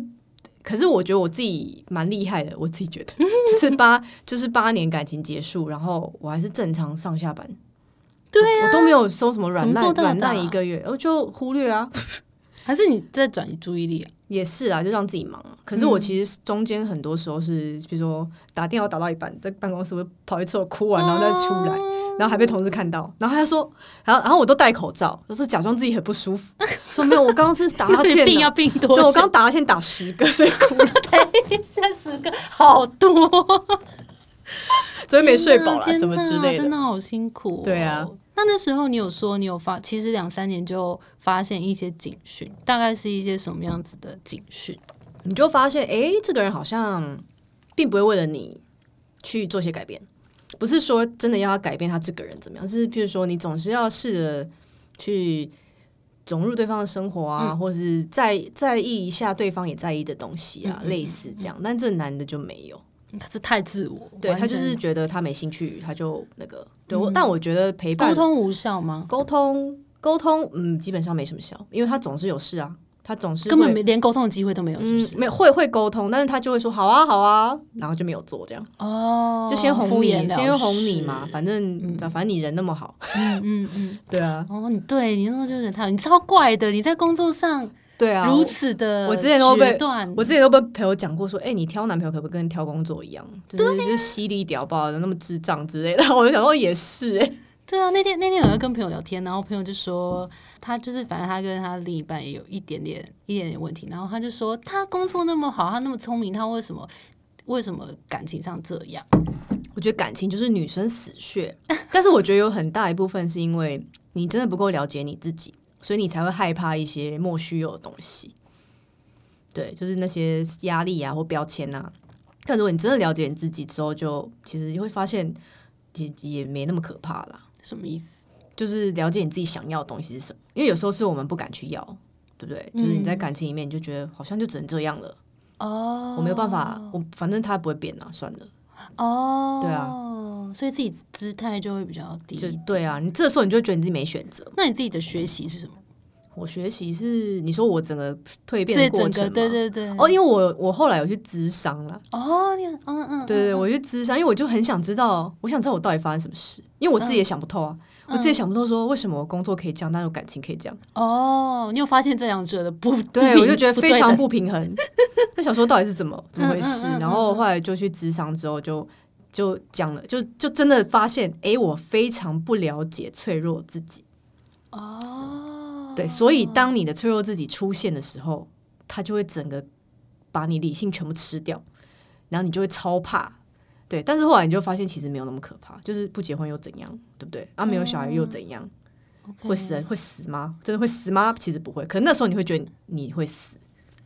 [SPEAKER 1] 可是我觉得我自己蛮厉害的，我自己 觉得，就是八就是八年感情结束，然后我还是正常上下班。
[SPEAKER 2] 对啊
[SPEAKER 1] 我都没有收什么软
[SPEAKER 2] 怎么
[SPEAKER 1] 烂
[SPEAKER 2] 做到的啊
[SPEAKER 1] 软烂一个月，我就忽略啊。
[SPEAKER 2] 还是你在转移注意力啊？
[SPEAKER 1] 也是啊，就让自己忙啊。可是
[SPEAKER 2] 嗯
[SPEAKER 1] 我其实中间很多时候是，比如说打电话打到一半，在办公室会跑一次，哭
[SPEAKER 2] 哦
[SPEAKER 1] 完然后再出来，然后还被同事看到，然后他就说，然后然后我都戴口罩，我说假装自己很不舒 服，说没有，我刚刚是打哈
[SPEAKER 2] 那你
[SPEAKER 1] 欠
[SPEAKER 2] 病要
[SPEAKER 1] 啊、
[SPEAKER 2] 病多
[SPEAKER 1] 对
[SPEAKER 2] 久？
[SPEAKER 1] 我刚打哈欠打十个，所以哭了，
[SPEAKER 2] 三十个，好多，
[SPEAKER 1] 所以没睡饱啦，
[SPEAKER 2] 哎 天哪
[SPEAKER 1] 什么之类
[SPEAKER 2] 天哪真
[SPEAKER 1] 的。
[SPEAKER 2] 的好辛苦、哦
[SPEAKER 1] 对啊。
[SPEAKER 2] 那那时候你有说你有发，其实两三年就发现一些警讯，大概是一些什么样子的警讯？
[SPEAKER 1] 你就发现，诶，这个人好像并不会为了你去做些改变，不是说真的要他改变他这个人怎么样，就是譬如说，你总是要试着去融入对方的生活
[SPEAKER 2] 嗯
[SPEAKER 1] 啊，或是在在意一下对方也在意的东西
[SPEAKER 2] 嗯
[SPEAKER 1] 啊，类似这样。但这男的就没有，
[SPEAKER 2] 他是太自我，
[SPEAKER 1] 对他
[SPEAKER 2] 完
[SPEAKER 1] 就
[SPEAKER 2] 全嗯
[SPEAKER 1] 是觉得他没兴趣，他就那个。对我，但我觉得陪伴
[SPEAKER 2] 沟通无效吗？
[SPEAKER 1] 沟通沟通，嗯，基本上没什么效，因为他总是有事啊，他总是
[SPEAKER 2] 根本
[SPEAKER 1] 会
[SPEAKER 2] 没连沟通的机会都没有，是不
[SPEAKER 1] 嗯
[SPEAKER 2] 是，？
[SPEAKER 1] 没有会会沟通，但是他就会说好啊好啊，然后就没有做这样，
[SPEAKER 2] 哦，
[SPEAKER 1] 就先
[SPEAKER 2] 敷
[SPEAKER 1] 哄你，
[SPEAKER 2] 衍了嗯
[SPEAKER 1] 先哄你
[SPEAKER 2] 事
[SPEAKER 1] 嘛，反正、对啊反正你人那么 好，
[SPEAKER 2] 嗯嗯嗯。
[SPEAKER 1] 对啊，
[SPEAKER 2] 哦，你对你那时候就有点太好，你超怪的，你在工作上
[SPEAKER 1] 对啊，
[SPEAKER 2] 如此的
[SPEAKER 1] 我之前都被
[SPEAKER 2] 决断
[SPEAKER 1] 我之前都被朋友讲过说，哎、你挑男朋友可不可以跟挑工作一样，就是、
[SPEAKER 2] 啊
[SPEAKER 1] 就是犀利屌爆的那么智障之类的。 我就想说也是、哎，
[SPEAKER 2] 对啊，那天那天有在跟朋友聊天，然后朋友就说他就是反正他跟他另一半也有一点点一点点问题，然后他就说他工作那么好，他那么聪明，他为什么为什么感情上这样？
[SPEAKER 1] 我觉得感情就是女生死穴， 但是我觉得有很大一部分是因为你真的不够了解你自己，所以你才会害怕一些莫须有的东西。对，就是那些压力啊或标签啊。但如果你真的了解你自己之后就，其实你会发现也也没那么可怕啦。
[SPEAKER 2] 什么意思？
[SPEAKER 1] 就是了解你自己想要的东西是什么，因为有时候是我们不敢去要，对不对？就是你在感情里面，你就觉得好像就只能这样了，
[SPEAKER 2] 哦
[SPEAKER 1] 我没有办法，我反正他不会变啊，算了，
[SPEAKER 2] 哦，
[SPEAKER 1] 对
[SPEAKER 2] 啊，所以自己姿态就会比较低一
[SPEAKER 1] 就
[SPEAKER 2] 点。
[SPEAKER 1] 对啊。你这时候你就会觉得你自己没选择。
[SPEAKER 2] 那你自己的学习是什么？
[SPEAKER 1] 我学习是你说我整个蜕变
[SPEAKER 2] 这
[SPEAKER 1] 的
[SPEAKER 2] 整
[SPEAKER 1] 过程
[SPEAKER 2] 个
[SPEAKER 1] 吗
[SPEAKER 2] 对对对，
[SPEAKER 1] 哦，因为我我后来有去咨商啦，
[SPEAKER 2] 哦，你很嗯嗯，
[SPEAKER 1] 对对对，我去咨商，因为我就很想知道，我想知道我到底发生什么事，因为我自
[SPEAKER 2] 嗯
[SPEAKER 1] 己也想不透啊，我自己也想不透说为什么我工作可以这样，但是我感情可以这样，
[SPEAKER 2] 哦，你有发现这两者的不
[SPEAKER 1] 对，
[SPEAKER 2] 不
[SPEAKER 1] 我就觉得
[SPEAKER 2] 不
[SPEAKER 1] 非
[SPEAKER 2] 对
[SPEAKER 1] 常
[SPEAKER 2] 等
[SPEAKER 1] 不平 衡。那想说到底是怎么怎么回事？
[SPEAKER 2] 嗯嗯嗯
[SPEAKER 1] 然后后来就去咨商之后就，就讲了，就就真的发现，诶，我非常不了解脆弱自己。
[SPEAKER 2] 哦，
[SPEAKER 1] 对，所以当你的脆弱自己出现的时候，它就会整个把你理性全部吃掉，然后你就会超怕。对，但是后来你就发现其实没有那么可怕，就是不结婚又怎样，对不对？啊，没有小孩又怎样？
[SPEAKER 2] OK
[SPEAKER 1] 会死人会死吗？真的会死吗？其实不会，可能那时候你会觉得你会死。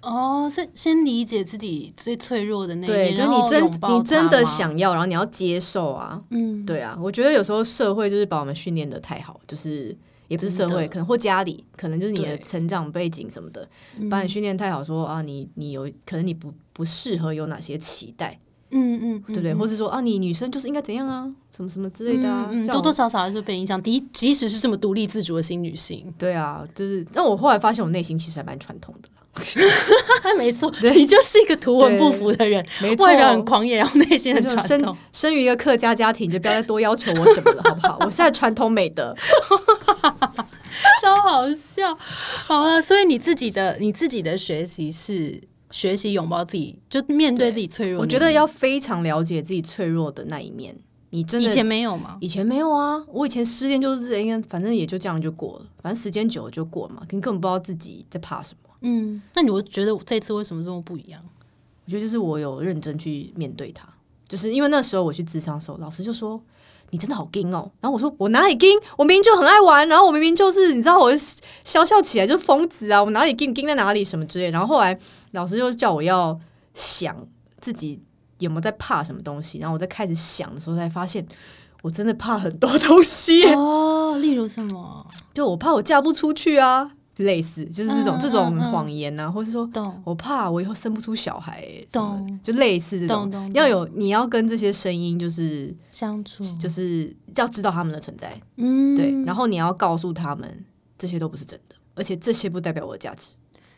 [SPEAKER 2] 哦，所以先理解自己最脆弱的那一
[SPEAKER 1] 对，
[SPEAKER 2] 面，
[SPEAKER 1] 就是
[SPEAKER 2] 然
[SPEAKER 1] 你
[SPEAKER 2] 后
[SPEAKER 1] 真
[SPEAKER 2] 拥抱
[SPEAKER 1] 你真
[SPEAKER 2] 它
[SPEAKER 1] 的
[SPEAKER 2] 吗，
[SPEAKER 1] 想要，然后你要接受啊，
[SPEAKER 2] 嗯，
[SPEAKER 1] 对啊，我觉得有时候社会就是把我们训练的太好，就是也不是社
[SPEAKER 2] 真的
[SPEAKER 1] 会，可能或家里，可能就是你的
[SPEAKER 2] 对嗯
[SPEAKER 1] 成长背景什么的，把你训练太好说，啊，你你有可能你不不适合有哪些期待，
[SPEAKER 2] 嗯嗯，
[SPEAKER 1] 对不对？或者说啊，你女生就是应该怎样啊，什么什么之类的啊，
[SPEAKER 2] 嗯嗯，
[SPEAKER 1] 像
[SPEAKER 2] 多
[SPEAKER 1] 我
[SPEAKER 2] 多少少还是会被影响。第一，即使是这么独立自主的新 女性，
[SPEAKER 1] 对啊，就是，但我后来发现我内心其实还蛮传统的，
[SPEAKER 2] 没错， 你就是一个图文不符的人，
[SPEAKER 1] 没错
[SPEAKER 2] 外。表很狂野，然后内心很
[SPEAKER 1] 就
[SPEAKER 2] 传
[SPEAKER 1] 生
[SPEAKER 2] 统。
[SPEAKER 1] 生于一个客家家庭，就不要再多要求我什么了，好不好？我现在传统美 德，
[SPEAKER 2] 超好笑。好啊，所以你自己的你自己的学习是学习拥抱自己，就面对自己脆弱
[SPEAKER 1] 我
[SPEAKER 2] 的
[SPEAKER 1] 觉
[SPEAKER 2] 那一面。
[SPEAKER 1] 得要非常了解自己脆弱的那一面。你真的
[SPEAKER 2] 以前没有嘛，
[SPEAKER 1] 以前没有啊，我以前失恋就是应该反正也就这样就过了，反正时间久了就过嘛，你根本不知道自己在怕什么。
[SPEAKER 2] 嗯，那你会觉得我这次为什么这么不一样？
[SPEAKER 1] 我觉得就是我有认真去面对它，就是因为那时候我去智商的时候，老师就说。你真的好硬哦！然后我说我哪里硬？我明明就很爱玩，然后我明明就是你知道我笑笑起来就是疯子啊！我哪里硬硬在哪里什么之类。然后后来老师就叫我要想自己有没有在怕什么东西，然后我在开始想的时候才发现我真的怕很多东西耶、
[SPEAKER 2] 哦，例如什么？
[SPEAKER 1] 就我怕我嫁不出去啊，类似就是这种、
[SPEAKER 2] 嗯嗯
[SPEAKER 1] 这种
[SPEAKER 2] 嗯嗯
[SPEAKER 1] 谎言啊，或是说
[SPEAKER 2] 懂
[SPEAKER 1] 我怕我以后生不出小孩、欸，什么的
[SPEAKER 2] 懂
[SPEAKER 1] 就类似这
[SPEAKER 2] 懂
[SPEAKER 1] 种，
[SPEAKER 2] 懂，
[SPEAKER 1] 要
[SPEAKER 2] 懂
[SPEAKER 1] 有你要跟这些声音就是
[SPEAKER 2] 相处，
[SPEAKER 1] 就是要知道他们的存在，
[SPEAKER 2] 嗯，
[SPEAKER 1] 对，然后你要告诉他们这些都不是真的，而且这些不代表我的价值。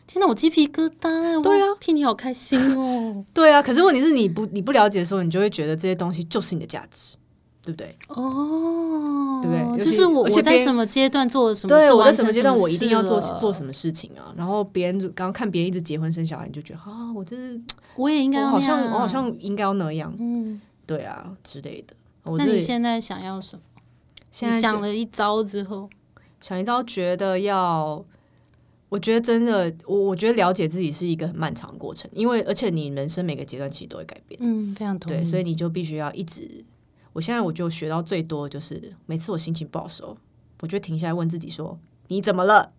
[SPEAKER 2] 天哪，我鸡皮疙瘩！
[SPEAKER 1] 对啊
[SPEAKER 2] 我替你好开心 哦。
[SPEAKER 1] 对啊，可是问题是你不你不了解的时候，你就会觉得这些东西就是你的价值，对不对？
[SPEAKER 2] 哦，
[SPEAKER 1] 对不对尤
[SPEAKER 2] 就
[SPEAKER 1] 其
[SPEAKER 2] 是我
[SPEAKER 1] 而且
[SPEAKER 2] 我在
[SPEAKER 1] 别人
[SPEAKER 2] 什么阶段做了什么事，
[SPEAKER 1] 对，我在
[SPEAKER 2] 完
[SPEAKER 1] 什
[SPEAKER 2] 成
[SPEAKER 1] 么
[SPEAKER 2] 么
[SPEAKER 1] 阶段我一定要做做
[SPEAKER 2] 么，
[SPEAKER 1] 什么事情啊？然后别人刚刚看别人一直结婚生小孩，你就觉得啊，我真是
[SPEAKER 2] 我也应该
[SPEAKER 1] 我
[SPEAKER 2] 要
[SPEAKER 1] 好
[SPEAKER 2] 那
[SPEAKER 1] 像
[SPEAKER 2] 样啊
[SPEAKER 1] 我好像应该要那样，
[SPEAKER 2] 嗯，
[SPEAKER 1] 对啊之类的。我
[SPEAKER 2] 那
[SPEAKER 1] 自
[SPEAKER 2] 你
[SPEAKER 1] 己
[SPEAKER 2] 现在想要什么？
[SPEAKER 1] 现
[SPEAKER 2] 你
[SPEAKER 1] 在
[SPEAKER 2] 想
[SPEAKER 1] 想
[SPEAKER 2] 了一招之后，
[SPEAKER 1] 想一招，觉得要，我觉得真的，我我觉得了解自己是一个很漫长的过程，因为而且你人生每个阶段其实都会改变，
[SPEAKER 2] 嗯，非常同
[SPEAKER 1] 对，
[SPEAKER 2] 意。
[SPEAKER 1] 所以你就必须要一直。我现在我就学到最多就是，每次我心情不好的时候，我就会停下来问自己说：“你怎么了？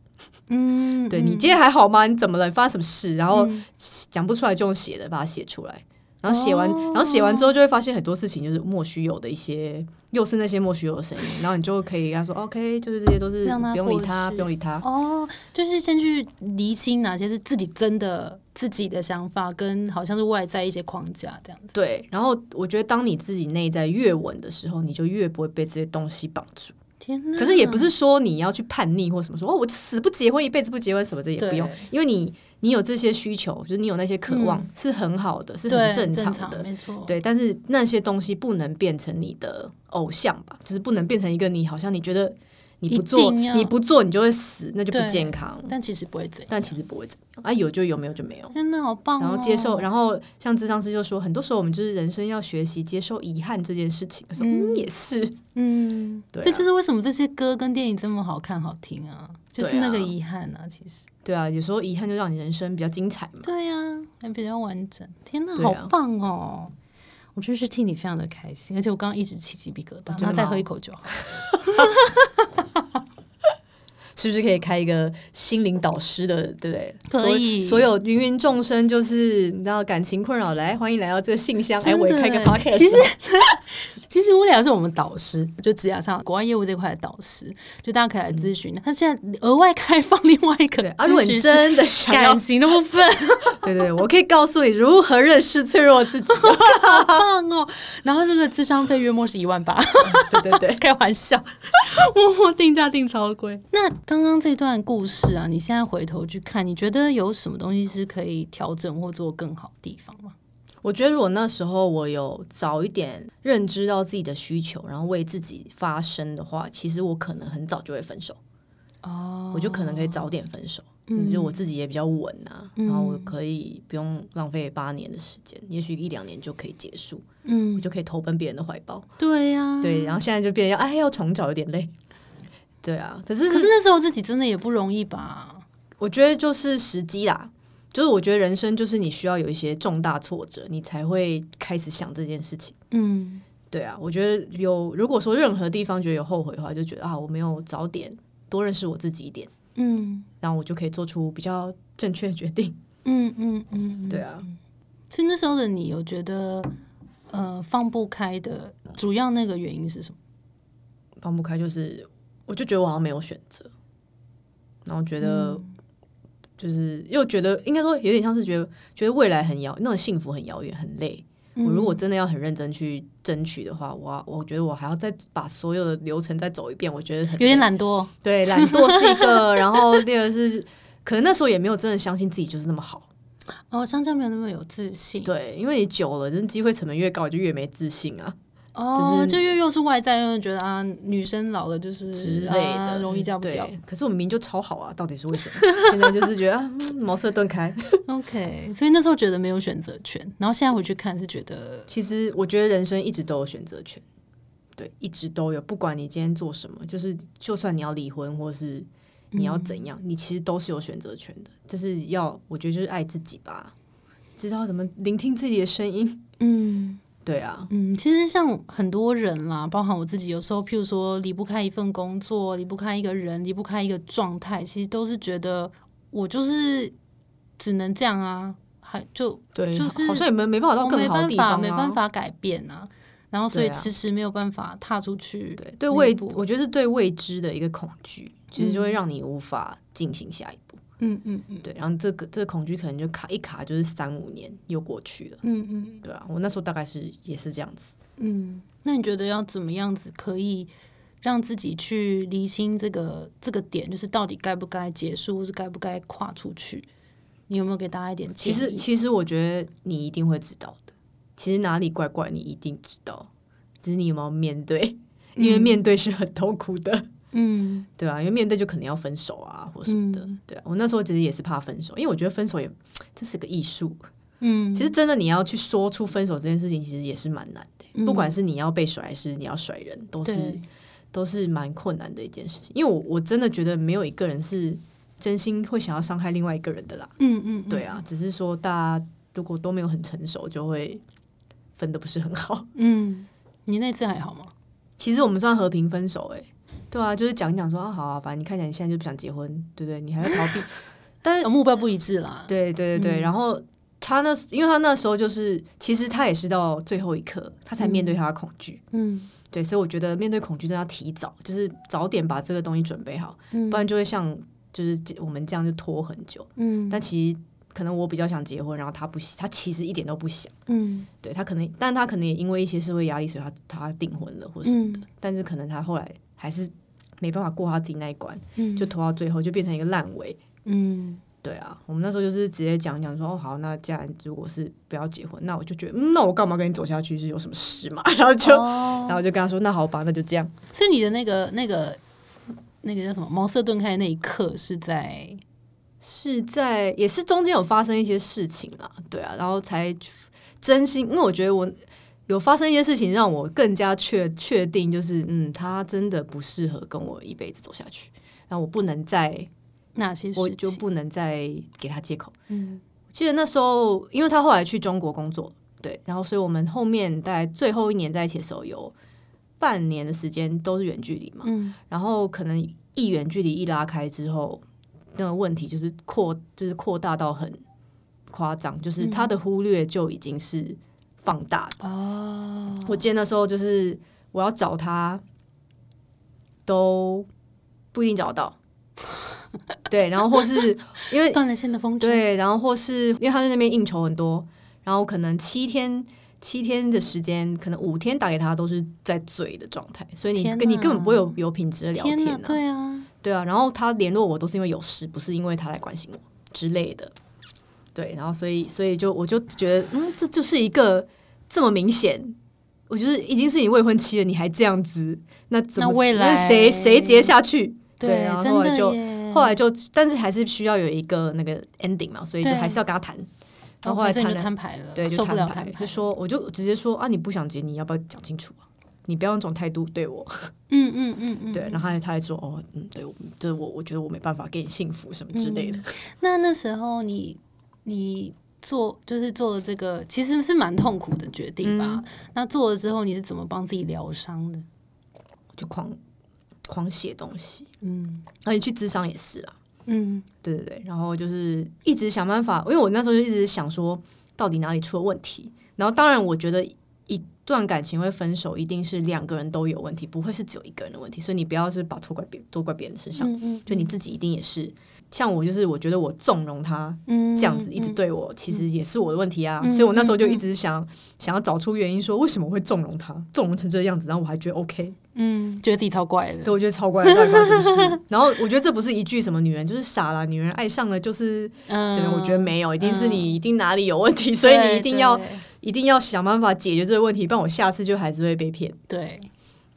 [SPEAKER 2] 嗯，
[SPEAKER 1] 对
[SPEAKER 2] 嗯
[SPEAKER 1] 你今天还好吗？你怎么了？你发生什么事？”然后
[SPEAKER 2] 嗯
[SPEAKER 1] 讲不出来就用写的把它写出来，然后写完，
[SPEAKER 2] 哦
[SPEAKER 1] 然后写完之后就会发现很多事情就是莫须有的一些，又是那些莫须有的声音，然后你就可以跟他说 OK，就是这些都是
[SPEAKER 2] 让它
[SPEAKER 1] 不用理他，
[SPEAKER 2] 过去
[SPEAKER 1] 不用理他。
[SPEAKER 2] 哦，就是先去厘清哪些是自己真的自己的想法，跟好像是外在一些框架这样子。
[SPEAKER 1] 对，然后我觉得当你自己内在越稳的时候，你就越不会被这些东西绑住。
[SPEAKER 2] 天哪！
[SPEAKER 1] 可是也不是说你要去叛逆或什么说哦，我死不结婚，一辈子不结婚什么的也不用
[SPEAKER 2] 对，嗯
[SPEAKER 1] 因为你你有这些需求，就是你有那些渴望、是很好的，是
[SPEAKER 2] 对
[SPEAKER 1] 很正常的。
[SPEAKER 2] 没错。
[SPEAKER 1] 对，但是那些东西不能变成你的偶像吧，就是不能变成一个你好像你觉得你不做，
[SPEAKER 2] 一定要
[SPEAKER 1] 你不做你就会死，那就不
[SPEAKER 2] 对
[SPEAKER 1] 健康。
[SPEAKER 2] 但其实不会怎样。
[SPEAKER 1] 但其实不会怎么样啊，有就有，没有就没有。
[SPEAKER 2] 真的好棒、哦！
[SPEAKER 1] 然后接受，然后像智商师就说，很多时候我们就是人生要学习接受遗憾这件事情。我说嗯也是，
[SPEAKER 2] 嗯，
[SPEAKER 1] 对啊
[SPEAKER 2] 这就是为什么这些歌跟电影这么好看、好听啊，就是
[SPEAKER 1] 对啊
[SPEAKER 2] 那个遗憾啊，其实
[SPEAKER 1] 对啊，有时候遗憾就让你人生比较精彩嘛。
[SPEAKER 2] 对呀、啊，还比较完整。天哪，
[SPEAKER 1] 对啊
[SPEAKER 2] 好棒哦！我真是替你非常的开心，而且我刚刚一直起鸡皮疙
[SPEAKER 1] 真的
[SPEAKER 2] 瘩，然后再
[SPEAKER 1] 吗
[SPEAKER 2] 喝一口就好。
[SPEAKER 1] 是不是可以开一个心灵导师的，对不对？
[SPEAKER 2] 可以
[SPEAKER 1] 所有所有芸芸众生，就是你知道感情困扰，来欢迎来到这个信箱，哎，
[SPEAKER 2] 真
[SPEAKER 1] 我也
[SPEAKER 2] 的
[SPEAKER 1] 开个 podcast。
[SPEAKER 2] 其实 其实无聊是我们导师，就职涯上国外业务这块的导师，就大家可以来咨询。他现在额外开放另外一
[SPEAKER 1] 嗯
[SPEAKER 2] 个
[SPEAKER 1] 对啊，如果
[SPEAKER 2] 咨询
[SPEAKER 1] 你
[SPEAKER 2] 是
[SPEAKER 1] 真 的想要
[SPEAKER 2] 感，情的部分，
[SPEAKER 1] 对对对，我可以告诉你如何认识脆弱自己。
[SPEAKER 2] 好棒哦！然后这个智商费月末是一万八。
[SPEAKER 1] 对对对，
[SPEAKER 2] 开玩笑， 默默定价定超贵。那刚刚这段故事啊，你现在回头去看，你觉得有什么东西是可以调整或做更好的地方吗？
[SPEAKER 1] 我觉得如果那时候我有早一点认知到自己的需求，然后为自己发声的话，其实我可能很早就会分手，
[SPEAKER 2] 哦
[SPEAKER 1] 我就可能可以早点分手。
[SPEAKER 2] 嗯
[SPEAKER 1] 嗯，就我自己也比较稳啊，然后我可以不用浪费八年的时间，也许一两年就可以结束。我
[SPEAKER 2] 嗯，
[SPEAKER 1] 就可以投奔别人的怀抱。
[SPEAKER 2] 对呀、
[SPEAKER 1] 对，然后现在就变成要哎要重找有点累。对啊，可是
[SPEAKER 2] 可是那时候自己真的也不容易吧？
[SPEAKER 1] 我觉得就是时机啦，就是我觉得人生就是你需要有一些重大挫折，你才会开始想这件事情。
[SPEAKER 2] 嗯，
[SPEAKER 1] 对啊，我觉得有如果说任何地方觉得有后悔的话，就觉得啊我没有早点多认识我自己一点，
[SPEAKER 2] 嗯
[SPEAKER 1] 然后我就可以做出比较正确的决定。
[SPEAKER 2] 嗯嗯嗯，
[SPEAKER 1] 对啊，
[SPEAKER 2] 所以那时候的你有觉得呃放不开的主要那个原因是什么？
[SPEAKER 1] 放不开就是我就觉得我好像没有选择，然后觉得就是又觉得应该说有点像是觉得觉得未来很遥那种幸福很遥远很累。我如
[SPEAKER 2] 嗯
[SPEAKER 1] 果真的要很认真去争取的话，我要我觉得我还要再把所有的流程再走一遍，我觉得很
[SPEAKER 2] 有点
[SPEAKER 1] 累
[SPEAKER 2] 懒惰，
[SPEAKER 1] 对懒惰是一个，然后第二个是可能那时候也没有真的相信自己就是那么好，
[SPEAKER 2] 哦，相较没有那么有自信，
[SPEAKER 1] 对，因为你久了，就是机会成本越高，你就越没自信啊。
[SPEAKER 2] 哦，
[SPEAKER 1] 只是
[SPEAKER 2] 就又又是外在，又觉得啊，女生老了就是
[SPEAKER 1] 之类的，
[SPEAKER 2] 啊容易嫁不
[SPEAKER 1] 对
[SPEAKER 2] 掉。。
[SPEAKER 1] 可是我们明明就超好啊，到底是为什么？现在就是觉得啊，嗯茅塞顿开。
[SPEAKER 2] OK，所以那时候觉得没有选择权，然后现在回去看是觉得，
[SPEAKER 1] 其实我觉得人生一直都有选择权，对，一直都有。不管你今天做什么，就是就算你要离婚，或是你要怎样，你其实都是有选择权的。就是要，我觉得就是爱自己吧，知道怎么聆听自己的声音。
[SPEAKER 2] 嗯
[SPEAKER 1] 对啊，
[SPEAKER 2] 嗯，其实像很多人啦，包含我自己，有时候譬如说离不开一份工作，离不开一个人，离不开一个状态，其实都是觉得我就是只能这样啊，还就
[SPEAKER 1] 对，
[SPEAKER 2] 就是
[SPEAKER 1] 好像也没没办法到
[SPEAKER 2] 我
[SPEAKER 1] 更
[SPEAKER 2] 没
[SPEAKER 1] 好的
[SPEAKER 2] 办
[SPEAKER 1] 地
[SPEAKER 2] 法，
[SPEAKER 1] 方、啊，
[SPEAKER 2] 没办。法改变啊，然后所以
[SPEAKER 1] 对啊
[SPEAKER 2] 迟迟没有办法踏出去。
[SPEAKER 1] 对，对
[SPEAKER 2] 那一
[SPEAKER 1] 未
[SPEAKER 2] 步，
[SPEAKER 1] 我觉得是对未知的一个恐惧，其实就会让你无法进行下一步。
[SPEAKER 2] 嗯嗯嗯
[SPEAKER 1] 对，然后这个这个恐惧可能就卡一卡就是三五年又过去了。
[SPEAKER 2] 嗯嗯。
[SPEAKER 1] 对啊，我那时候大概是也是这样子。
[SPEAKER 2] 嗯，那你觉得要怎么样子可以让自己去厘清这个这个点，就是到底该不该结束，或是该不该跨出去？你有没有给大家一点
[SPEAKER 1] 其
[SPEAKER 2] 建议？
[SPEAKER 1] 实，其实我觉得你一定会知道的。其实哪里怪怪，你一定知道，只是你有没有面 对，因为面对是很痛苦的，
[SPEAKER 2] 嗯
[SPEAKER 1] 对啊，因为面对就可能要分手啊，或什么的。
[SPEAKER 2] 嗯
[SPEAKER 1] 对啊，我那时候其实也是怕分手，因为我觉得分手也这是个艺术。
[SPEAKER 2] 嗯，
[SPEAKER 1] 其实真的你要去说出分手这件事情，其实也是蛮难的、
[SPEAKER 2] 嗯
[SPEAKER 1] 不管是你要被甩还是你要甩人，都是
[SPEAKER 2] 对，嗯
[SPEAKER 1] 都是蛮困难的一件事情。因为我我真的觉得没有一个人是真心会想要伤害另外一个人的啦。
[SPEAKER 2] 嗯嗯，
[SPEAKER 1] 对啊，只是说大家如果都没有很成熟，就会分的不是很好。
[SPEAKER 2] 嗯，嗯，你那次还好吗？
[SPEAKER 1] 其实我们算和平分手、欸，对啊，就是讲一讲说啊，好啊，反正你看起来你现在就不想结婚，对不对？你还要逃避，但是
[SPEAKER 2] 哦目标不一致啦。
[SPEAKER 1] 呃对对对
[SPEAKER 2] 嗯
[SPEAKER 1] 对，然后他那，因为他那时候就是，其实他也是到最后一刻，他才面对他的恐惧。
[SPEAKER 2] 嗯
[SPEAKER 1] 对，所以我觉得面对恐惧真的要提早，就是早点把这个东西准备好，
[SPEAKER 2] 嗯
[SPEAKER 1] 不然就会像就是这我们这样就拖很久。
[SPEAKER 2] 嗯
[SPEAKER 1] 但其实可能我比较想结婚，然后他不，他其实一点都不想。
[SPEAKER 2] 嗯
[SPEAKER 1] 对他可能，但他可能也因为一些社会压力，所以他他订婚了，或是、
[SPEAKER 2] 嗯
[SPEAKER 1] 但是可能他后来还是没办法过他自己那一关，
[SPEAKER 2] 嗯，
[SPEAKER 1] 就拖到最后就变成一个烂尾。
[SPEAKER 2] 嗯
[SPEAKER 1] 对啊，我们那时候就是直接讲讲说，哦好，那既然如果是不要结婚，那我就觉得，嗯，那我干嘛跟你走下去是有什么 事嘛？然后就、
[SPEAKER 2] 哦
[SPEAKER 1] 然后就跟他说，那好吧，那就这样。
[SPEAKER 2] 所以你的那个那个那个叫什么茅塞顿开的那一刻是在
[SPEAKER 1] 是在也是中间有发生一些事情啦，对啊，然后才真心，因为我觉得我有发生一些事情，让我更加确确定，就是嗯，他真的不适合跟我一辈子走下去，然后我不能再，
[SPEAKER 2] 哪些事情？
[SPEAKER 1] 我就不能再给他借口。
[SPEAKER 2] 嗯
[SPEAKER 1] 记得那时候，因为他后来去中国工作，对，然后所以我们后面在最后一年在一起的时候，有半年的时间都是远距离嘛，
[SPEAKER 2] 嗯
[SPEAKER 1] 然后可能一远距离一拉开之后，那个问题就是扩，就是扩大到很夸张，就是他的忽略就已经是放大的。
[SPEAKER 2] 哦，
[SPEAKER 1] 我记得那时候就是我要找他，都不一定找得 到，对，然后或是因为
[SPEAKER 2] 断了线的风筝，
[SPEAKER 1] 对，然后或是因为他在那边应酬很多，然后可能七天七天的时间，可能五天打给他都是在醉的状态，所以你
[SPEAKER 2] 天
[SPEAKER 1] 跟你根
[SPEAKER 2] 哪
[SPEAKER 1] 本不会有有品质的聊
[SPEAKER 2] 天
[SPEAKER 1] 天
[SPEAKER 2] 哪，
[SPEAKER 1] 啊
[SPEAKER 2] 对啊，
[SPEAKER 1] 对啊，然后他联络我都是因为有事，不是因为他来关心我之类的。对，然后所以所以就我就觉得，嗯，这就是一个这么明显，我觉得已经是你未婚妻了，你还这样子，那怎么
[SPEAKER 2] 那未来
[SPEAKER 1] 谁谁结下去？对，然后
[SPEAKER 2] 啊真
[SPEAKER 1] 后来
[SPEAKER 2] 的
[SPEAKER 1] 就
[SPEAKER 2] 耶。哦
[SPEAKER 1] 后来就，但是还是需要有一个那个 ending 嘛，所以就
[SPEAKER 2] 对
[SPEAKER 1] 还是要跟他谈。然后后
[SPEAKER 2] 哦
[SPEAKER 1] 来
[SPEAKER 2] 所以
[SPEAKER 1] 谈
[SPEAKER 2] 你就
[SPEAKER 1] 了，
[SPEAKER 2] 摊牌了，
[SPEAKER 1] 对，就
[SPEAKER 2] 受不了
[SPEAKER 1] 摊
[SPEAKER 2] 摊
[SPEAKER 1] 牌，
[SPEAKER 2] 牌，
[SPEAKER 1] 就说我就直接说啊，你不想结，你要不要讲清楚啊？你不要用这种态度对我，
[SPEAKER 2] 嗯嗯嗯嗯，
[SPEAKER 1] 对，然后他他还说哦，嗯，对，我对我我觉得我没办法给你幸福什么之类的，
[SPEAKER 2] 嗯那那时候你你做就是做了这个，其实是蛮痛苦的决定吧？
[SPEAKER 1] 嗯
[SPEAKER 2] 那做了之后，你是怎么帮自己疗伤的？
[SPEAKER 1] 就狂狂写东西，
[SPEAKER 2] 嗯
[SPEAKER 1] 而且去智商也是啊，
[SPEAKER 2] 嗯
[SPEAKER 1] 对对对，然后就是一直想办法，因为我那时候就一直想说到底哪里出了问题，然后当然我觉得一段感情会分手，一定是两个人都有问题，不会是只有一个人的问题，所以你不要是把错怪别都怪别人身上，
[SPEAKER 2] 嗯嗯，
[SPEAKER 1] 就你自己一定也是，像我就是我觉得我纵容他
[SPEAKER 2] 嗯
[SPEAKER 1] 这样子一直
[SPEAKER 2] 嗯
[SPEAKER 1] 对我，其实也是我的问题啊。
[SPEAKER 2] 嗯
[SPEAKER 1] 所以我那时候就一直想想要找出原因，说为什么会纵容他，纵容成这样子，然后我还觉得 OK，
[SPEAKER 2] 嗯，觉得自己超怪的
[SPEAKER 1] 对，我觉得超乖，到底发生什么事？ 然后我觉得这不是一句什么女人就是傻啦，女人爱上了就是
[SPEAKER 2] 嗯
[SPEAKER 1] 怎么样，我觉得没有，一定是
[SPEAKER 2] 嗯
[SPEAKER 1] 你一定哪里有问题，所以你一定要
[SPEAKER 2] 对
[SPEAKER 1] 一定要想办法解决这个问题，不然我下次就还是会被骗。
[SPEAKER 2] 对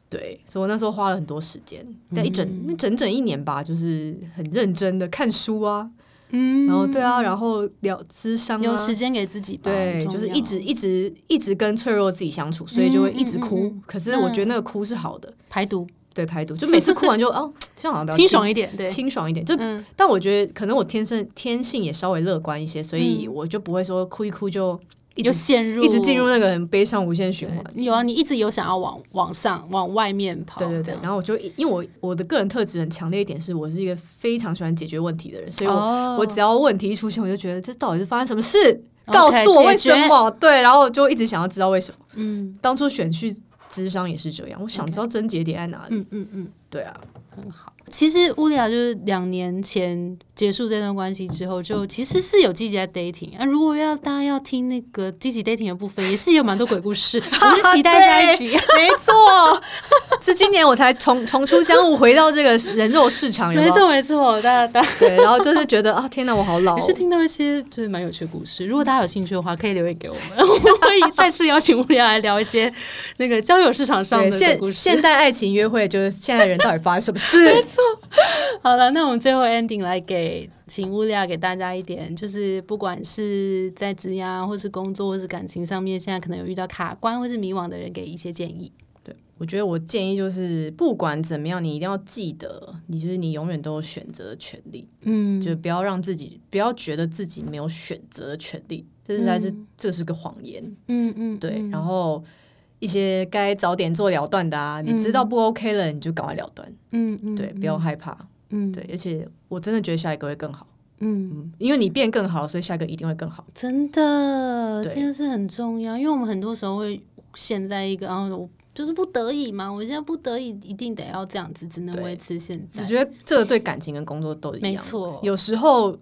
[SPEAKER 1] 对，所以我那时候花了很多时间，但一整、
[SPEAKER 2] 嗯
[SPEAKER 1] 那整整一年吧，就是很认真的看书啊，
[SPEAKER 2] 嗯
[SPEAKER 1] 然后对啊，然后聊咨商
[SPEAKER 2] 有
[SPEAKER 1] 啊，
[SPEAKER 2] 时间给自己吧，
[SPEAKER 1] 对，
[SPEAKER 2] 很重
[SPEAKER 1] 就是
[SPEAKER 2] 要
[SPEAKER 1] 一直一直一直跟脆弱自己相处，所以就会一直哭。
[SPEAKER 2] 嗯嗯嗯
[SPEAKER 1] 可是我觉得那个哭是好的，
[SPEAKER 2] 排毒，
[SPEAKER 1] 对排毒， 就每次哭完就哦，这样好像比较
[SPEAKER 2] 清爽一点，对，
[SPEAKER 1] 清爽一点。就、
[SPEAKER 2] 嗯
[SPEAKER 1] 但我觉得可能我天生天性也稍微乐观一些，所以我就不会说哭一哭就一直
[SPEAKER 2] 又嗯陷入
[SPEAKER 1] 一直进入那个很悲伤无限循环。
[SPEAKER 2] 对有啊，你一直有想要往往上往外面跑，
[SPEAKER 1] 对对
[SPEAKER 2] 这
[SPEAKER 1] 对
[SPEAKER 2] 样，
[SPEAKER 1] 然后我就因为我我的个人特质很强烈一点，是我是一个非常喜欢解决问题的人，所以我、
[SPEAKER 2] 哦
[SPEAKER 1] 我只要问题一出现，我就觉得这到底是发生什么事，
[SPEAKER 2] OK，
[SPEAKER 1] 告诉我为
[SPEAKER 2] 解决
[SPEAKER 1] 什么？对，然后我就一直想要知道为什么。
[SPEAKER 2] 嗯
[SPEAKER 1] 当初选去咨商也是这样，我想知道症结点在哪里。
[SPEAKER 2] 嗯嗯嗯。
[SPEAKER 1] 对啊，
[SPEAKER 2] 很好。其实乌利亚就是两年前结束这段关系之后，就其实是有积极在 dating 啊。如果要大家要听那个积极 dating 的部分，也是有蛮多鬼 故事，我是期待下一集。
[SPEAKER 1] 没错，是今年我才重重出江湖，回到这个人肉市场，有没
[SPEAKER 2] 没
[SPEAKER 1] 有？
[SPEAKER 2] 错没错，大家大家
[SPEAKER 1] 对，然后就是觉得啊，天哪，我好老、
[SPEAKER 2] 也 是
[SPEAKER 1] 哦。
[SPEAKER 2] 听到一些就是蛮有趣的故事。如果大家有兴趣的话，可以留言给我们， 我们会再次邀请乌利亚来聊一些那个交友市场上
[SPEAKER 1] 对，
[SPEAKER 2] 的鬼故
[SPEAKER 1] 现
[SPEAKER 2] 事
[SPEAKER 1] 现。代爱情约会就是现在人到底发生什么 事？
[SPEAKER 2] 好了，那我们最后 ending 来给请乌利亚给大家一点，就是不管是在职涯啊或是工作或是感情上面，现在可能有遇到卡关或是迷惘的人，给一些建议。
[SPEAKER 1] 对，我觉得我建议就是，不管怎么样，你一定要记得，你就是你永远都有选择的权利，
[SPEAKER 2] 嗯，
[SPEAKER 1] 就不要让自己不要觉得自己没有选择的权利，这实在是、这是个谎言。
[SPEAKER 2] 嗯嗯，
[SPEAKER 1] 对，
[SPEAKER 2] 嗯
[SPEAKER 1] 然后一些该早点做了断的啊，你知道不 OK 了，你就赶快了断，
[SPEAKER 2] 嗯嗯，
[SPEAKER 1] 对，不要害怕，
[SPEAKER 2] 嗯，嗯，
[SPEAKER 1] 对，而且我真的觉得下一个会更好，
[SPEAKER 2] 嗯，
[SPEAKER 1] 嗯，因为你变更好了，所以下一个一定会更好，
[SPEAKER 2] 真的，
[SPEAKER 1] 对
[SPEAKER 2] 这个是很重要，因为我们很多时候会陷在一个，然后我就是不得已嘛，我现在不得已一定得要这样子，只能
[SPEAKER 1] 对
[SPEAKER 2] 维持现
[SPEAKER 1] 我
[SPEAKER 2] 在。
[SPEAKER 1] 觉得这个对感情跟工作都一
[SPEAKER 2] 没
[SPEAKER 1] 样，
[SPEAKER 2] 错，
[SPEAKER 1] 有时候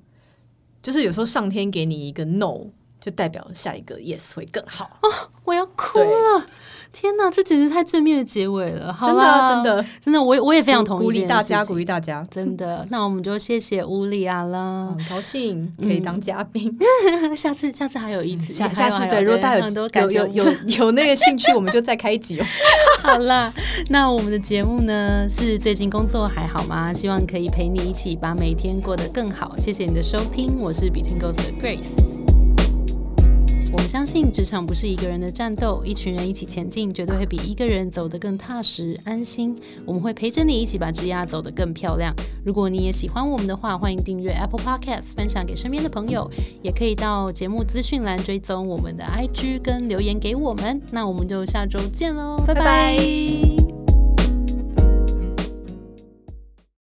[SPEAKER 1] 就是有时候上天
[SPEAKER 2] 哦
[SPEAKER 1] 给你一个 no，就代表下一个 yes 会更好，
[SPEAKER 2] 我要哭
[SPEAKER 1] 对
[SPEAKER 2] 了，天哪，这简直太正面的结尾了！好
[SPEAKER 1] 真
[SPEAKER 2] 啦
[SPEAKER 1] 的真的
[SPEAKER 2] 真的，我也我也非常同意
[SPEAKER 1] 鼓励
[SPEAKER 2] 这件
[SPEAKER 1] 大
[SPEAKER 2] 事
[SPEAKER 1] 家，
[SPEAKER 2] 情
[SPEAKER 1] 鼓励大家，
[SPEAKER 2] 真 的，那我们就谢谢乌里亚啦
[SPEAKER 1] 很。高兴可以当嘉宾。
[SPEAKER 2] 下次嗯 下次还有一次，
[SPEAKER 1] 嗯下
[SPEAKER 2] 还
[SPEAKER 1] 下
[SPEAKER 2] 有还
[SPEAKER 1] 次对，
[SPEAKER 2] 有
[SPEAKER 1] 如果大家
[SPEAKER 2] 很
[SPEAKER 1] 有
[SPEAKER 2] 多感
[SPEAKER 1] 有
[SPEAKER 2] 觉
[SPEAKER 1] 有有有那个兴趣，我们就再开一集哦。
[SPEAKER 2] 好啦， 那我们的节目呢是最近工作还好吗？希望可以陪你一起把每天过得更好。谢谢你的收听，我是 Between Goals 的 Grace。我们相信职场不是一个人的战斗，一群人一起前进，绝对会比一个人走得更踏实、安心。我们会陪着你一起把职涯走得更漂亮。如果你也喜欢我们的话，欢迎订阅 Apple Podcast，分享给身边的朋友，也可以到节目资讯栏追踪我们的 IG 跟留言给我们。那我们就下周见喽，拜
[SPEAKER 1] 拜
[SPEAKER 2] 拜